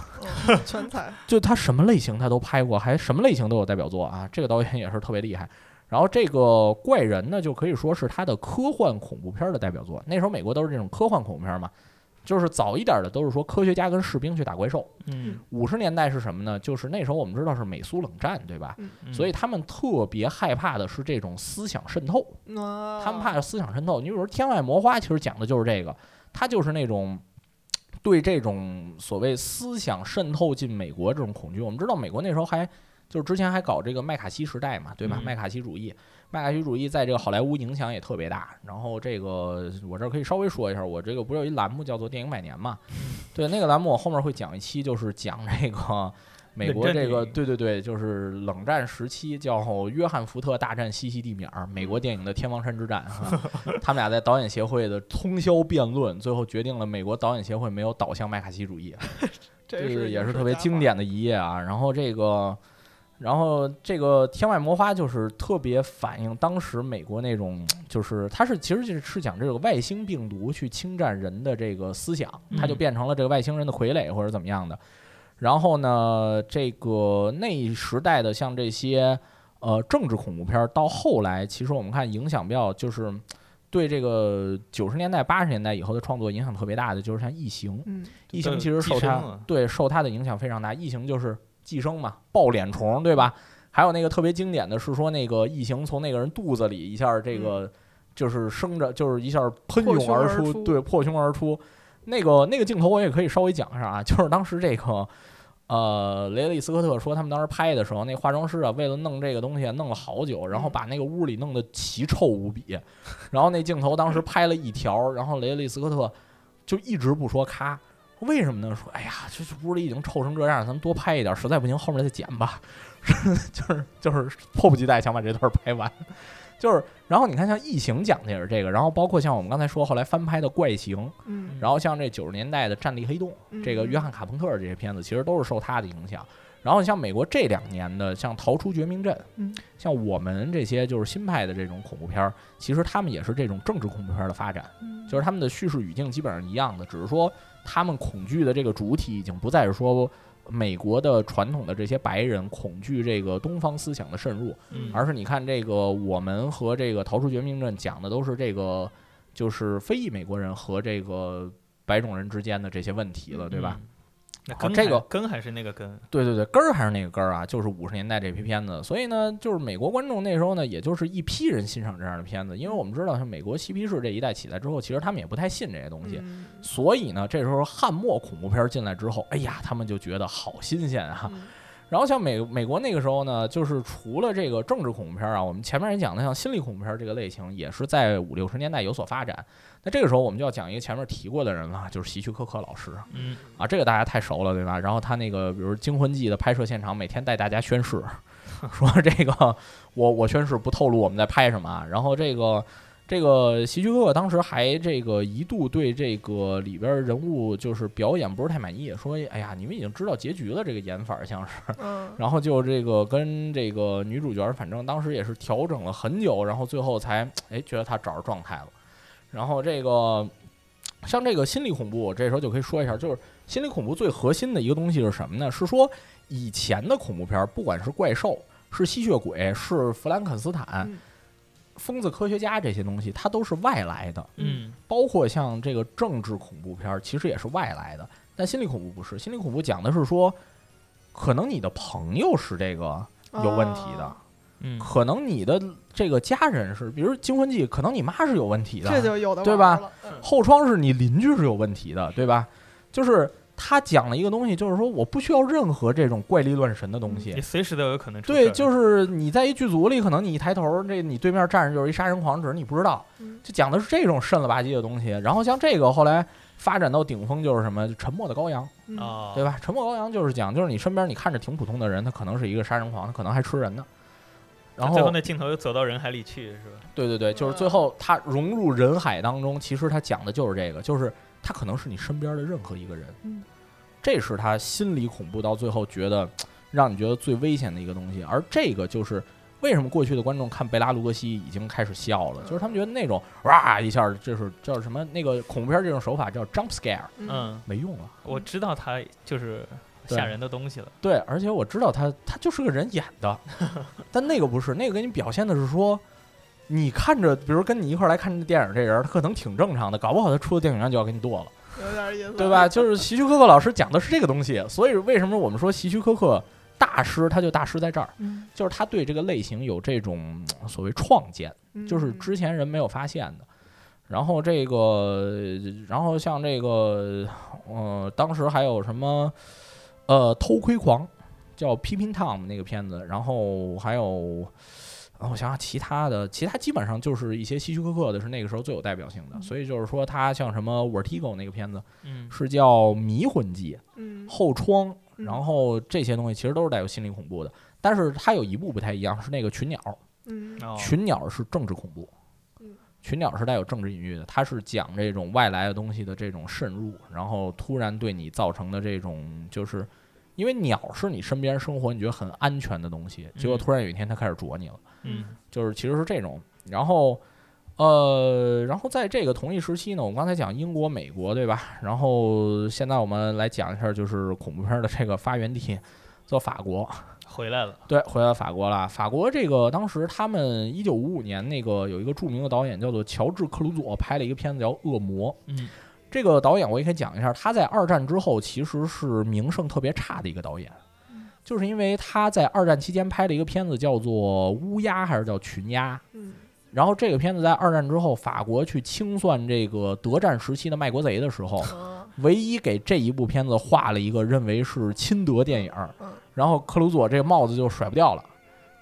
Speaker 2: 全彩，
Speaker 3: 就他什么类型他都拍过，还什么类型都有代表作啊。这个导演也是特别厉害。然后这个怪人呢，就可以说是他的科幻恐怖片的代表作。那时候美国都是这种科幻恐怖片嘛，就是早一点的都是说科学家跟士兵去打怪兽。
Speaker 1: 嗯
Speaker 3: 五十年代是什么呢？就是那时候我们知道是美苏冷战，对吧？
Speaker 1: 嗯
Speaker 3: 所以他们特别害怕的是这种思想渗透，
Speaker 2: 他哦
Speaker 3: 他们怕思想渗透。你比如说《天外魔花》，其实讲的就是这个，它就是那种对这种所谓思想渗透进美国这种恐惧。我们知道美国那时候还就是之前还搞这个麦卡锡时代嘛，对吧？
Speaker 1: 嗯
Speaker 3: 麦卡锡主义，麦卡锡主义在这个好莱坞影响也特别大。然后这个我这儿可以稍微说一下，我这个不是有一栏目叫做《电影百年》嘛？对，那个栏目我后面会讲一期，就是讲这 个。美国
Speaker 1: 冷战
Speaker 3: 这个
Speaker 1: 电影
Speaker 3: 对对对，就是冷战时期叫约翰·福特大战西西地米尔，美国电影的天王山之战。哈 他们俩在导演协会的通宵辩论，最后决定了美国导演协会没有导向麦卡锡主义，
Speaker 2: 这
Speaker 3: 这
Speaker 2: 是
Speaker 3: 个也
Speaker 2: 影
Speaker 3: 是
Speaker 2: 视
Speaker 3: 特别
Speaker 2: 佳
Speaker 3: 经
Speaker 2: 话。
Speaker 3: 典的一页啊。然后这个，然后这个《天外魔花》就是特别反映当时美国那种，就是它是其实就是是讲这个外星病毒去侵占人的这个思想，它
Speaker 1: 嗯
Speaker 3: 就变成了这个外星人的傀儡或者怎么样的。然后呢，这个那一时代的像这些呃政治恐怖片，儿，到后来其实我们看影响比较就是对这个九十年代八十年代以后的创作影响特别大的，就是像《异形》。
Speaker 2: 嗯，
Speaker 3: 异
Speaker 1: 都
Speaker 3: 形
Speaker 1: 有
Speaker 3: 其实
Speaker 1: 寄
Speaker 3: 受
Speaker 1: 生
Speaker 3: 它
Speaker 1: 了
Speaker 3: 对受它的影响非常大。异形就是寄生嘛，抱脸虫，对吧？还有那个特别经典的是说，那个异形从那个人肚子里一下儿这个就是生着，就是一下儿喷
Speaker 2: 破
Speaker 3: 涌
Speaker 2: 胸
Speaker 3: 而
Speaker 2: 而
Speaker 3: 出，
Speaker 2: 出
Speaker 3: 对，破胸而出。那个那个镜头我也可以稍微讲一下啊，就是当时这个呃雷利斯科特说他们当时拍的时候，那化妆师啊为了弄这个东西啊弄了好久，然后
Speaker 2: 嗯
Speaker 3: 把那个屋里弄得奇臭无比，然后那镜头当时拍了一条，然后雷利斯科特就一直不说咔，为什么呢？说哎呀，这这屋里已经臭成这样，咱们多拍一点，实在不行后面再剪吧。 就是就是迫不及待想把这段拍完，就是然后你看像《异形》讲的也是这个，然后包括像我们刚才说后来翻拍的《怪形》，
Speaker 2: 嗯
Speaker 3: 然后像这九十年代的《战地黑洞》，这个约翰·卡彭特这些片子其实都是受他的影响。然后像美国这两年的像《逃出绝命镇》，
Speaker 2: 嗯，
Speaker 3: 像我们这些就是新派的这种恐怖片儿，其实他们也是这种政治恐怖片儿的发展。
Speaker 2: 嗯
Speaker 3: 就是他们的叙事语境基本上一样的，只是说他们恐惧的这个主体已经不再是说美国的传统的这些白人恐惧这个东方思想的渗入，
Speaker 1: 嗯
Speaker 3: 而是你看这个我们和这个《逃出绝命镇》讲的都是这个就是非裔美国人和这个白种人之间的这些问题了，对吧？？
Speaker 1: 嗯那
Speaker 3: 好
Speaker 1: 根
Speaker 3: 这
Speaker 1: 还
Speaker 3: 个
Speaker 1: 根还是那个根，
Speaker 3: 对对对，根儿还是那个根儿啊，就是五十年代这批片子。所以呢，就是美国观众那时候呢，也就是一批人欣赏这样的片子，因为我们知道，像美国嬉皮士这一代起来之后，其实他们也不太信这些东西。
Speaker 2: 嗯
Speaker 3: 所以呢，这时候汉末恐怖片儿进来之后，哎呀，他们就觉得好新鲜啊。
Speaker 2: 嗯
Speaker 3: 然后像美美国那个时候呢，就是除了这个政治恐怖片儿啊，我们前面也讲的，像心理恐怖片儿这个类型也是在五六十年代有所发展。那这个时候我们就要讲一个前面提过的人了，就是希区柯克老师
Speaker 1: 嗯，
Speaker 3: 啊，这个大家太熟了，对吧？然后他那个比如《惊魂记》的拍摄现场，每天带大家宣誓，说这个我我宣誓不透露我们在拍什么啊。然后这个这个希区柯克当时还这个一度对这个里边人物就是表演不是太满意，说哎呀你们已经知道结局了，这个演法儿像是。
Speaker 2: 嗯
Speaker 3: 然后就这个跟这个女主角，反正当时也是调整了很久，然后最后才哎觉得她找着状态了。然后这个像这个心理恐怖，我这时候就可以说一下，就是心理恐怖最核心的一个东西是什么呢？是说以前的恐怖片儿，不管是怪兽、是吸血鬼、是弗兰肯斯坦
Speaker 2: 嗯、
Speaker 3: 疯子科学家这些东西，它都是外来的。
Speaker 1: 嗯
Speaker 3: 包括像这个政治恐怖片，儿，其实也是外来的。但心理恐怖不是，心理恐怖讲的是说，可能你的朋友是这个有问题的，
Speaker 2: 啊
Speaker 1: 嗯，
Speaker 3: 可能你的这个家人是，比如《惊魂记》，可能你妈是有问题的，
Speaker 2: 这就有的
Speaker 3: 对
Speaker 2: 玩儿
Speaker 3: 吧
Speaker 2: 了？嗯
Speaker 3: 后窗是你邻居是有问题的，对吧？就是他讲了一个东西，就是说我不需要任何这种怪力乱神的东西，
Speaker 1: 你随时都有可能出
Speaker 3: 对，
Speaker 1: 事儿
Speaker 3: 就是你在一剧组里，可能你一抬头，这你对面站着就是一杀人狂，只是你不知道
Speaker 2: 嗯。
Speaker 3: 就讲的是这种瘆了吧唧的东西。然后像这个后来发展到顶峰就是什么，就沉默的羔羊，
Speaker 2: 嗯
Speaker 1: 哦，
Speaker 3: 对吧？沉默羔羊就是讲，就是你身边你看着挺普通的人，他可能是一个杀人狂，他可能还吃人呢。然
Speaker 1: 最后
Speaker 3: 后，
Speaker 1: 那镜头又走到人海里去，是吧？嗯
Speaker 3: 对对对，就是最后他融入人海当中，其实他讲的就是这个，就是他可能是你身边的任何一个人。
Speaker 2: 嗯
Speaker 3: 这是他心理恐怖到最后觉得让你觉得最危险的一个东西。而这个就是为什么过去的观众看贝拉卢格西已经开始笑了，就是他们觉得那种哇一下，就是叫什么那个恐怖片这种手法叫 jump scare
Speaker 1: 嗯，
Speaker 3: 没用了。
Speaker 1: 我知道他就是
Speaker 3: 对
Speaker 1: 吓人的东西了。
Speaker 3: 对，而且我知道他他就是个人演的，但那个不是，那个给你表现的是说。你看着，比如跟你一块儿来看这电影，这人他可能挺正常的，搞不好他出了电影院就要给你剁了。
Speaker 2: 嗯有点意思，
Speaker 3: 对吧？？就是希区柯克老师讲的是这个东西，所以为什么我们说希区柯克大师，他就大师在这儿，
Speaker 2: 嗯，
Speaker 3: 就是他
Speaker 2: 嗯
Speaker 3: 对这个类型有这种嗯所谓创建，就是之前人没有发现的。然后这个，然后像这个，呃，当时还有什么，呃，偷窥狂，叫《批评 Tom》那个片子，然后还有，啊，我想想其他的，其他基本上就是一些希区柯克的，是那个时候最有代表性的。
Speaker 2: 嗯
Speaker 3: 所以就是说，他像什么《Vertigo》那个片子
Speaker 1: 嗯
Speaker 3: 是叫《迷魂记》，
Speaker 2: 嗯，
Speaker 3: 后窗，
Speaker 2: 嗯
Speaker 3: 然后这些东西其实都是带有心理恐怖的。但是它有一部不太一样，是那个群鸟，
Speaker 2: 嗯
Speaker 1: 哦
Speaker 3: 群鸟是政治恐怖
Speaker 2: 嗯，
Speaker 3: 群鸟是带有政治隐喻的，它是讲这种外来的东西的这种渗入，然后突然对你造成的这种，就是因为鸟是你身边生活你觉得很安全的东西，结果
Speaker 1: 嗯
Speaker 3: 突然有一天它开始啄你了，
Speaker 1: 嗯
Speaker 3: 就是其实是这种，然后。呃，然后在这个同一时期呢，我们刚才讲英国、美国，对吧？然后现在我们来讲一下，就是恐怖片的这个发源地，叫法国。
Speaker 1: 回 来了，
Speaker 3: 对，回到法国了。法国这个当时他们一九五五年那个有一个著名的导演叫做乔治克鲁佐，拍了一个片子叫《恶魔》。
Speaker 1: 嗯
Speaker 3: 这个导演我也可以讲一下，他在二战之后其实是名声特别差的一个导演
Speaker 2: 嗯，
Speaker 3: 就是因为他在二战期间拍了一个片子叫做《乌鸦》还是叫《群鸦》。
Speaker 2: 嗯
Speaker 3: 然后这个片子在二战之后，法国去清算这个德战时期的卖国贼的时候，
Speaker 2: 嗯
Speaker 3: 唯一给这一部片子画了一个认为是亲德电影儿
Speaker 2: 嗯，
Speaker 3: 然后克鲁佐这个帽子就甩不掉了。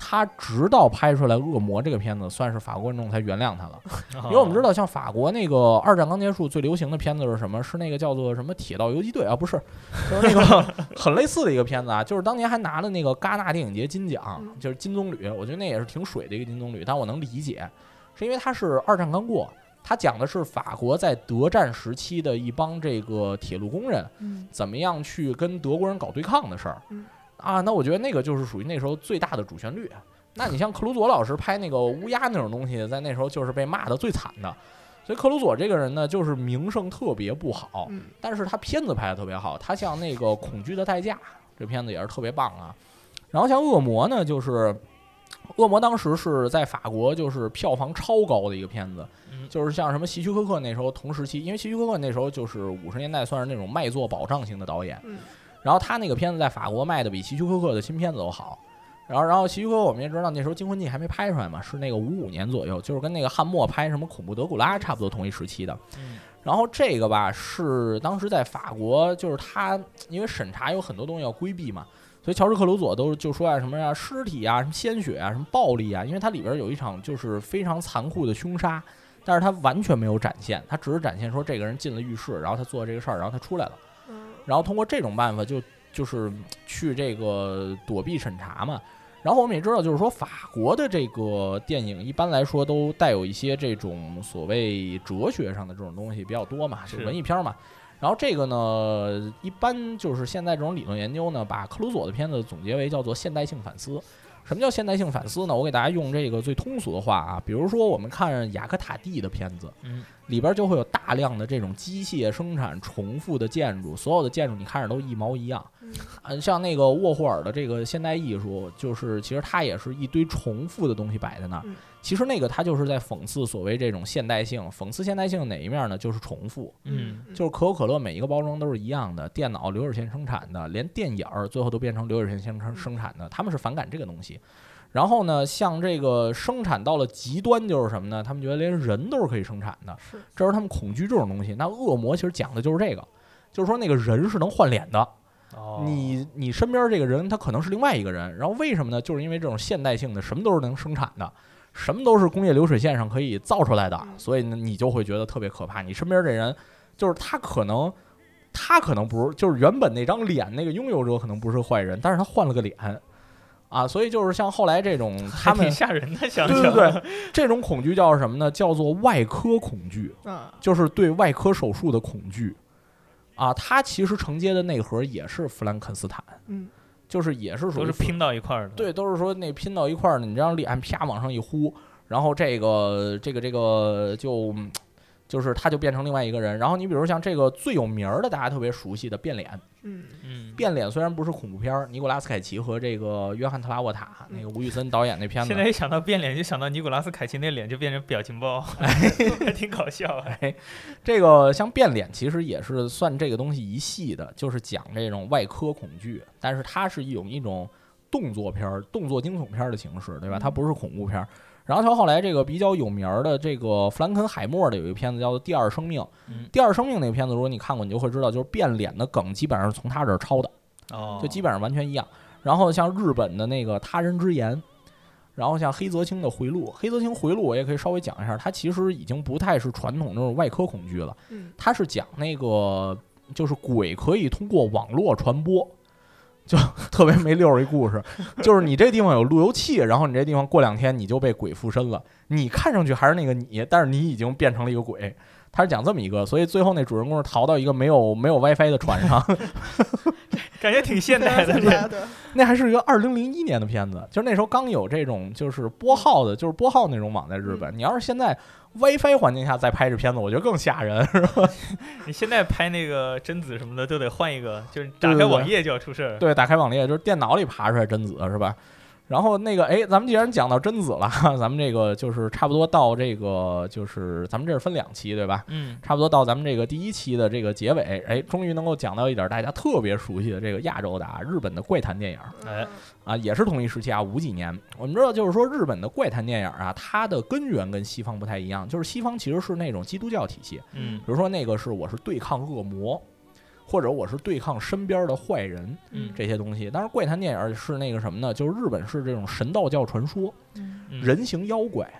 Speaker 3: 他直到拍出来《恶魔》这个片子，算是法国观众才原谅他了，
Speaker 1: 哦
Speaker 3: 因为我们知道，像法国那个二战刚结束最流行的片子是什么？是那个叫做什么《铁道游击队》啊，不是，就是那个很类似的一个片子啊，就是当年还拿了那个戛纳电影节金奖，
Speaker 2: 嗯
Speaker 3: 就是金棕榈，我觉得那也是挺水的一个金棕榈，但我能理解，是因为它是二战刚过，它讲的是法国在德战时期的一帮这个铁路工人
Speaker 2: 嗯
Speaker 3: 怎么样去跟德国人搞对抗的事儿
Speaker 2: 嗯。
Speaker 3: 啊，那我觉得那个就是属于那时候最大的主旋律。那你像克鲁佐老师拍那个乌鸦那种东西，在那时候就是被骂的最惨的。所以克鲁佐这个人呢，就是名声特别不好，
Speaker 2: 嗯
Speaker 3: 但是他片子拍的特别好。他像那个《恐惧的代价》这片子也是特别棒啊。然后像《恶魔》呢，就是《恶魔》当时是在法国就是票房超高的一个片子，
Speaker 1: 嗯
Speaker 3: 就是像什么希区柯克那时候同时期，因为希区柯克那时候就是五十年代算是那种卖座保障型的导演，
Speaker 2: 嗯
Speaker 3: 然后他那个片子在法国卖的比希区柯克的新片子都好。然后，然后希区柯克我们也知道，那时候《惊魂记》还没拍出来嘛，是那个五五年左右，就是跟那个汉默拍什么《恐怖德古拉》差不多同一时期的。
Speaker 1: 嗯
Speaker 3: 然后这个吧是当时在法国，就是他因为审查有很多东西要规避嘛，所以乔治克鲁佐都就说啊什么呀、尸体啊、什么鲜血啊、什么暴力啊，因为它里边有一场就是非常残酷的凶杀，但是他完全没有展现，他只是展现说这个人进了浴室，然后他做这个事儿，然后他出来了，
Speaker 2: 嗯
Speaker 3: 然后通过这种办法就就是嗯去这个躲避审查嘛。然后我们也知道，就是说法国的这个电影一般来说都带有一些这种所谓哲学上的这种东西比较多嘛，就是文艺片嘛。然后这个呢，一般就是现在这种理论研究呢，把克鲁佐的片子总结为叫做现代性反思。什么叫现代性反思呢？我给大家用这个最通俗的话啊，比如说我们看雅克塔蒂的片子，
Speaker 1: 嗯
Speaker 3: 里边就会有大量的这种机械生产重复的建筑，所有的建筑你看着都一毛一样。
Speaker 2: 嗯
Speaker 3: 嗯，像那个沃霍尔的这个现代艺术，就是其实它也是一堆重复的东西摆在那儿
Speaker 2: 嗯。
Speaker 3: 其实那个它就是在讽刺所谓这种现代性，讽刺现代性哪一面呢？就是重复，
Speaker 1: 嗯
Speaker 3: 就是可口可乐每一个包装都是一样的，电脑流水线生产的，连电影儿最后都变成流水线生成生产的，他们是反感这个东西。然后呢，像这个生产到了极端就是什么呢？他们觉得连人都是可以生产的，
Speaker 2: 是
Speaker 3: 这是他们恐惧这种东西。那恶魔其实讲的就是这个，就是说那个人是能换脸的，
Speaker 1: 哦
Speaker 3: 你你身边这个人他可能是另外一个人，然后为什么呢？就是因为这种现代性的什么都是能生产的，什么都是工业流水线上可以造出来的，
Speaker 2: 嗯
Speaker 3: 所以呢你就会觉得特别可怕。你身边这人就是他可能他可能不是就是原本那张脸那个拥有者可能不是坏人，但是他换了个脸啊，所以就是像后来这种他
Speaker 1: 还
Speaker 3: 们
Speaker 1: 挺吓人的，想
Speaker 3: 对
Speaker 1: 想
Speaker 3: 对对，这种恐惧叫什么呢？叫做外科恐惧。
Speaker 2: 啊
Speaker 3: 就是对外科手术的恐惧啊。他其实承接的内核也是弗兰肯斯坦，
Speaker 2: 嗯
Speaker 3: 就是也是属
Speaker 1: 都
Speaker 3: 于
Speaker 1: 是拼到一块儿的，
Speaker 3: 对，都是说那拼到一块儿呢，你让脸啪往上一呼，然后这个这个这个就嗯就是他就变成另外一个人。然后你比如像这个最有名儿的，大家特别熟悉的变脸，
Speaker 2: 嗯
Speaker 1: 嗯，
Speaker 3: 变脸虽然不是恐怖片儿，尼古拉斯凯奇和这个约翰特拉沃塔那个吴宇森导演那片子
Speaker 1: 现在，一想到变脸，就想到尼古拉斯凯奇那脸就变成表情 包，还挺搞笑啊。
Speaker 3: 哎，这个像变脸其实也是算这个东西一系的，就是讲这种外科恐惧，但是它是一种一种动作片儿、动作惊悚片儿的形式，对吧？它
Speaker 2: 嗯
Speaker 3: 不是恐怖片儿。然后到后来这个比较有名儿的这个弗兰肯海默的有一个片子叫做《第二生命》，
Speaker 1: 嗯
Speaker 3: 第二生命》那个片子如果你看过，你就会知道，就是变脸的梗基本上是从他这儿抄的。
Speaker 1: 哦，
Speaker 3: 就基本上完全一样。然后像日本的那个《他人之言》，然后像黑泽清的《回路》，黑泽清《回路》我也可以稍微讲一下，它其实已经不太是传统那种外科恐惧了，
Speaker 2: 嗯，
Speaker 3: 它是讲那个就是鬼可以通过网络传播。就特别没溜儿一故事，就是你这地方有路由器，然后你这地方过两天你就被鬼附身了。你看上去还是那个你，但是你已经变成了一个鬼。他是讲这么一个，所以最后那主人公是逃到一个没有没有 WiFi 的船上，
Speaker 1: 感觉挺现代的
Speaker 2: 对
Speaker 3: 啊
Speaker 1: 这。
Speaker 2: 对对，
Speaker 3: 那还是一个二零零一年的片子，就是那时候刚有这种就是拨号的，就是拨号那种网在日本。你要是现在 WiFi 环境下再拍这片子，我觉得更吓人。
Speaker 1: 你现在拍那个贞子什么的都得换一个，就是
Speaker 3: 对
Speaker 1: 打
Speaker 3: 对
Speaker 1: 开
Speaker 3: 对
Speaker 1: 网页就要出事儿。
Speaker 3: 对，打开网页就是电脑里爬出来贞子是吧？然后那个，哎，咱们既然讲到贞子了， 咱们这个就是差不多到这个，就是咱们这是分两期对吧？
Speaker 1: 嗯，
Speaker 3: 差不多到咱们这个第一期的这个结尾，哎，终于能够讲到一点大家特别熟悉的这个亚洲的啊日本的怪谈电影。
Speaker 1: 哎
Speaker 2: 嗯
Speaker 3: 啊，也是同一时期啊，五几年。我们知道，就是说日本的怪谈电影啊，它的根源跟西方不太一样，就是西方其实是那种基督教体系，
Speaker 1: 嗯
Speaker 3: 比如说那个是我是对抗恶魔，或者我是对抗身边的坏人
Speaker 1: 嗯
Speaker 3: 这些东西。但是怪谈电影是那个什么呢？就是日本是这种神道教传说、
Speaker 2: 嗯
Speaker 1: 嗯
Speaker 3: 人形妖怪，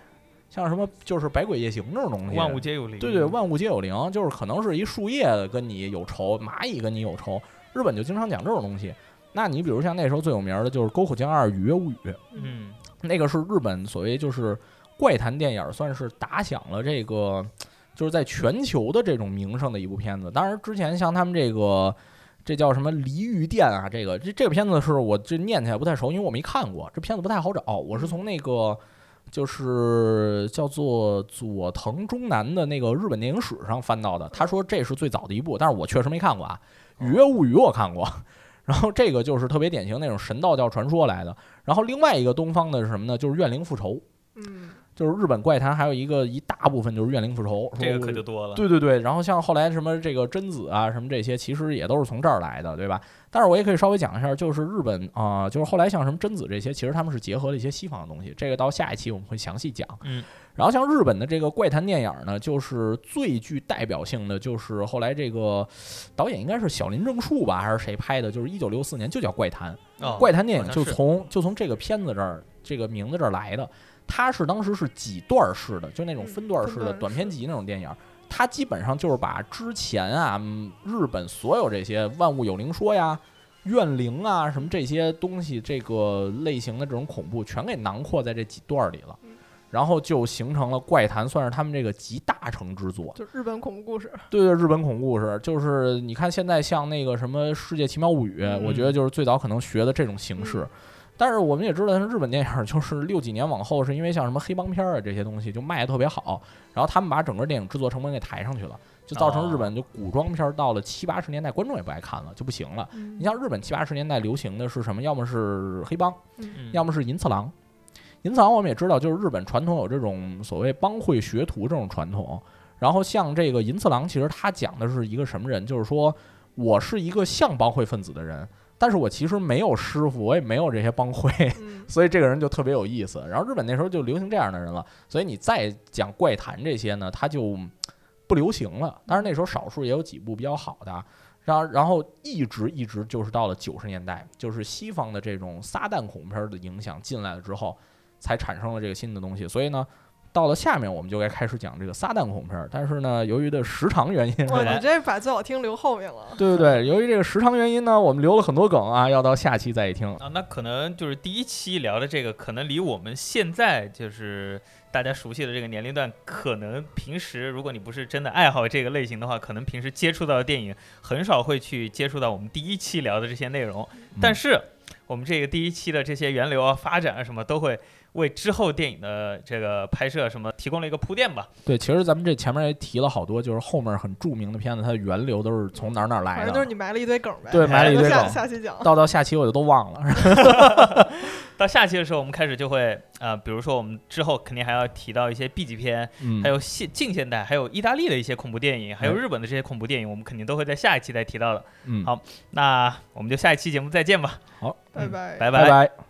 Speaker 3: 像什么就是百鬼夜行这种东西，
Speaker 1: 万物皆有灵。
Speaker 3: 对对，万物皆有灵，就是可能是一树叶跟你有仇，蚂蚁跟你有仇，日本就经常讲这种东西。那你比如像那时候最有名的就是沟口健二《雨夜物语》，
Speaker 1: 嗯
Speaker 3: 那个是日本所谓就是怪谈电影，算是打响了这个就是在全球的这种名声的一部片子。当然之前像他们这个这叫什么《离狱殿》啊，这个这这个片子是我这念起来不太熟，因为我没看过，这片子不太好找。我是从那个。就是叫做佐藤忠男的那个日本电影史上翻到的，他说这是最早的一部，但是我确实没看过啊，《雨夜物语》我看过， 然后这个就是特别典型那种神道教传说来的。然后另外一个东方的是什么呢？就是怨灵复仇，
Speaker 2: 嗯
Speaker 3: 就是日本怪谈还有一个一大部分就是怨灵复仇，
Speaker 1: 这个
Speaker 3: 说
Speaker 1: 可就多了。
Speaker 3: 对对对，然后像后来什么这个贞子啊，什么这些，其实也都是从这儿来的，对吧？但是我也可以稍微讲一下，就是日本啊、就是后来像什么贞子这些，其实他们是结合了一些西方的东西，这个到下一期我们会详细讲。
Speaker 1: 嗯，
Speaker 3: 然后像日本的这个怪谈电影呢，就是最具代表性的就是后来这个导演应该是小林正树吧，还是谁拍的？就是一九六四年就叫怪谈，
Speaker 1: 哦
Speaker 3: 怪谈电影
Speaker 1: 好像
Speaker 3: 就
Speaker 1: 是
Speaker 3: 从就从这个片子这儿这个名字这儿来的。它是当时是几段儿式的，就那种
Speaker 2: 嗯
Speaker 3: 分段儿式
Speaker 2: 分
Speaker 3: 的
Speaker 2: 段儿
Speaker 3: 短
Speaker 2: 式
Speaker 3: 片集那种电影。它基本上就是把之前啊嗯日本所有这些万物有灵说呀、怨灵啊什么这些东西这个类型的这种恐怖全给囊括在这几段儿里了
Speaker 2: 嗯，
Speaker 3: 然后就形成了怪谈，算是他们这个集大成之作。
Speaker 2: 就日本恐怖故事，
Speaker 3: 对对，日本恐怖故事就是你看现在像那个什么《世界奇妙物语》
Speaker 2: 嗯
Speaker 3: 我觉得就是最早可能学的这种形式。
Speaker 2: 嗯
Speaker 3: 但是我们也知道，像日本电影就是六几年往后，是因为像什么黑帮片儿啊这些东西就卖的特别好，然后他们把整个电影制作成本给抬上去了，就造成
Speaker 1: 哦
Speaker 2: 啊
Speaker 3: 日本就古装片儿到了七八十年代，观众也不爱看了，就不行了。你
Speaker 2: 你
Speaker 3: 像日本七八十年代流行的是什么？要么是黑帮，
Speaker 1: 嗯
Speaker 3: 要么是银次郎。银次郎我们也知道，就是日本传统有这种所谓帮会学徒这种传统。然后像这个银次郎，其实他讲的是一个什么人？就是说我是一个像帮会分子的人，但是我其实没有师傅，我也没有这些帮会，
Speaker 2: 嗯
Speaker 3: 所以这个人就特别有意思。然后日本那时候就流行这样的人了，所以你再讲怪谈这些呢，他就不流行了。当然那时候少数也有几部比较好的，然后然后一直一直就是到了九十年代，就是西方的这种撒旦恐怖片的影响进来了之后，才产生了这个新的东西。所以呢。到了下面，我们就该开始讲这个撒旦恐怖片，但是呢，由于的时长原因，
Speaker 2: 哇，你这把最好听留后面了，
Speaker 3: 对对 对，由于这个时长原因呢，我们留了很多梗啊，要到下期再一听。
Speaker 1: 啊，那可能就是第一期聊的这个，可能离我们现在就是大家熟悉的这个年龄段，可能平时如果你不是真的爱好这个类型的话，可能平时接触到的电影很少会去接触到我们第一期聊的这些内容。但是我们这个第一期的这些源流啊、发展啊什么，都会为之后电影的这个拍摄什么提供了一个铺垫吧。
Speaker 3: 对，其实咱们这前面也提了好多，就是后面很著名的片子，它的源流都是从哪儿哪儿来
Speaker 2: 反正就是
Speaker 3: 的。
Speaker 2: 你埋了一堆梗呗，
Speaker 3: 对埋
Speaker 1: 了一
Speaker 3: 堆
Speaker 2: 下
Speaker 3: 梗
Speaker 2: 下期讲，
Speaker 3: 到到下期我就都忘了。
Speaker 1: 到下期的时候，我们开始就会呃，比如说我们之后肯定还要提到一些 B 级片，
Speaker 3: 嗯
Speaker 1: 还，有现近现代，还有意大利的一些恐怖电影，还有日本的这些恐怖电影，我们肯定都会在下一期再提到的。
Speaker 3: 嗯，
Speaker 1: 好那我们就下一期节目再见吧，
Speaker 3: 好，
Speaker 2: 拜
Speaker 1: 嗯
Speaker 2: 拜。
Speaker 1: 拜
Speaker 3: 拜拜。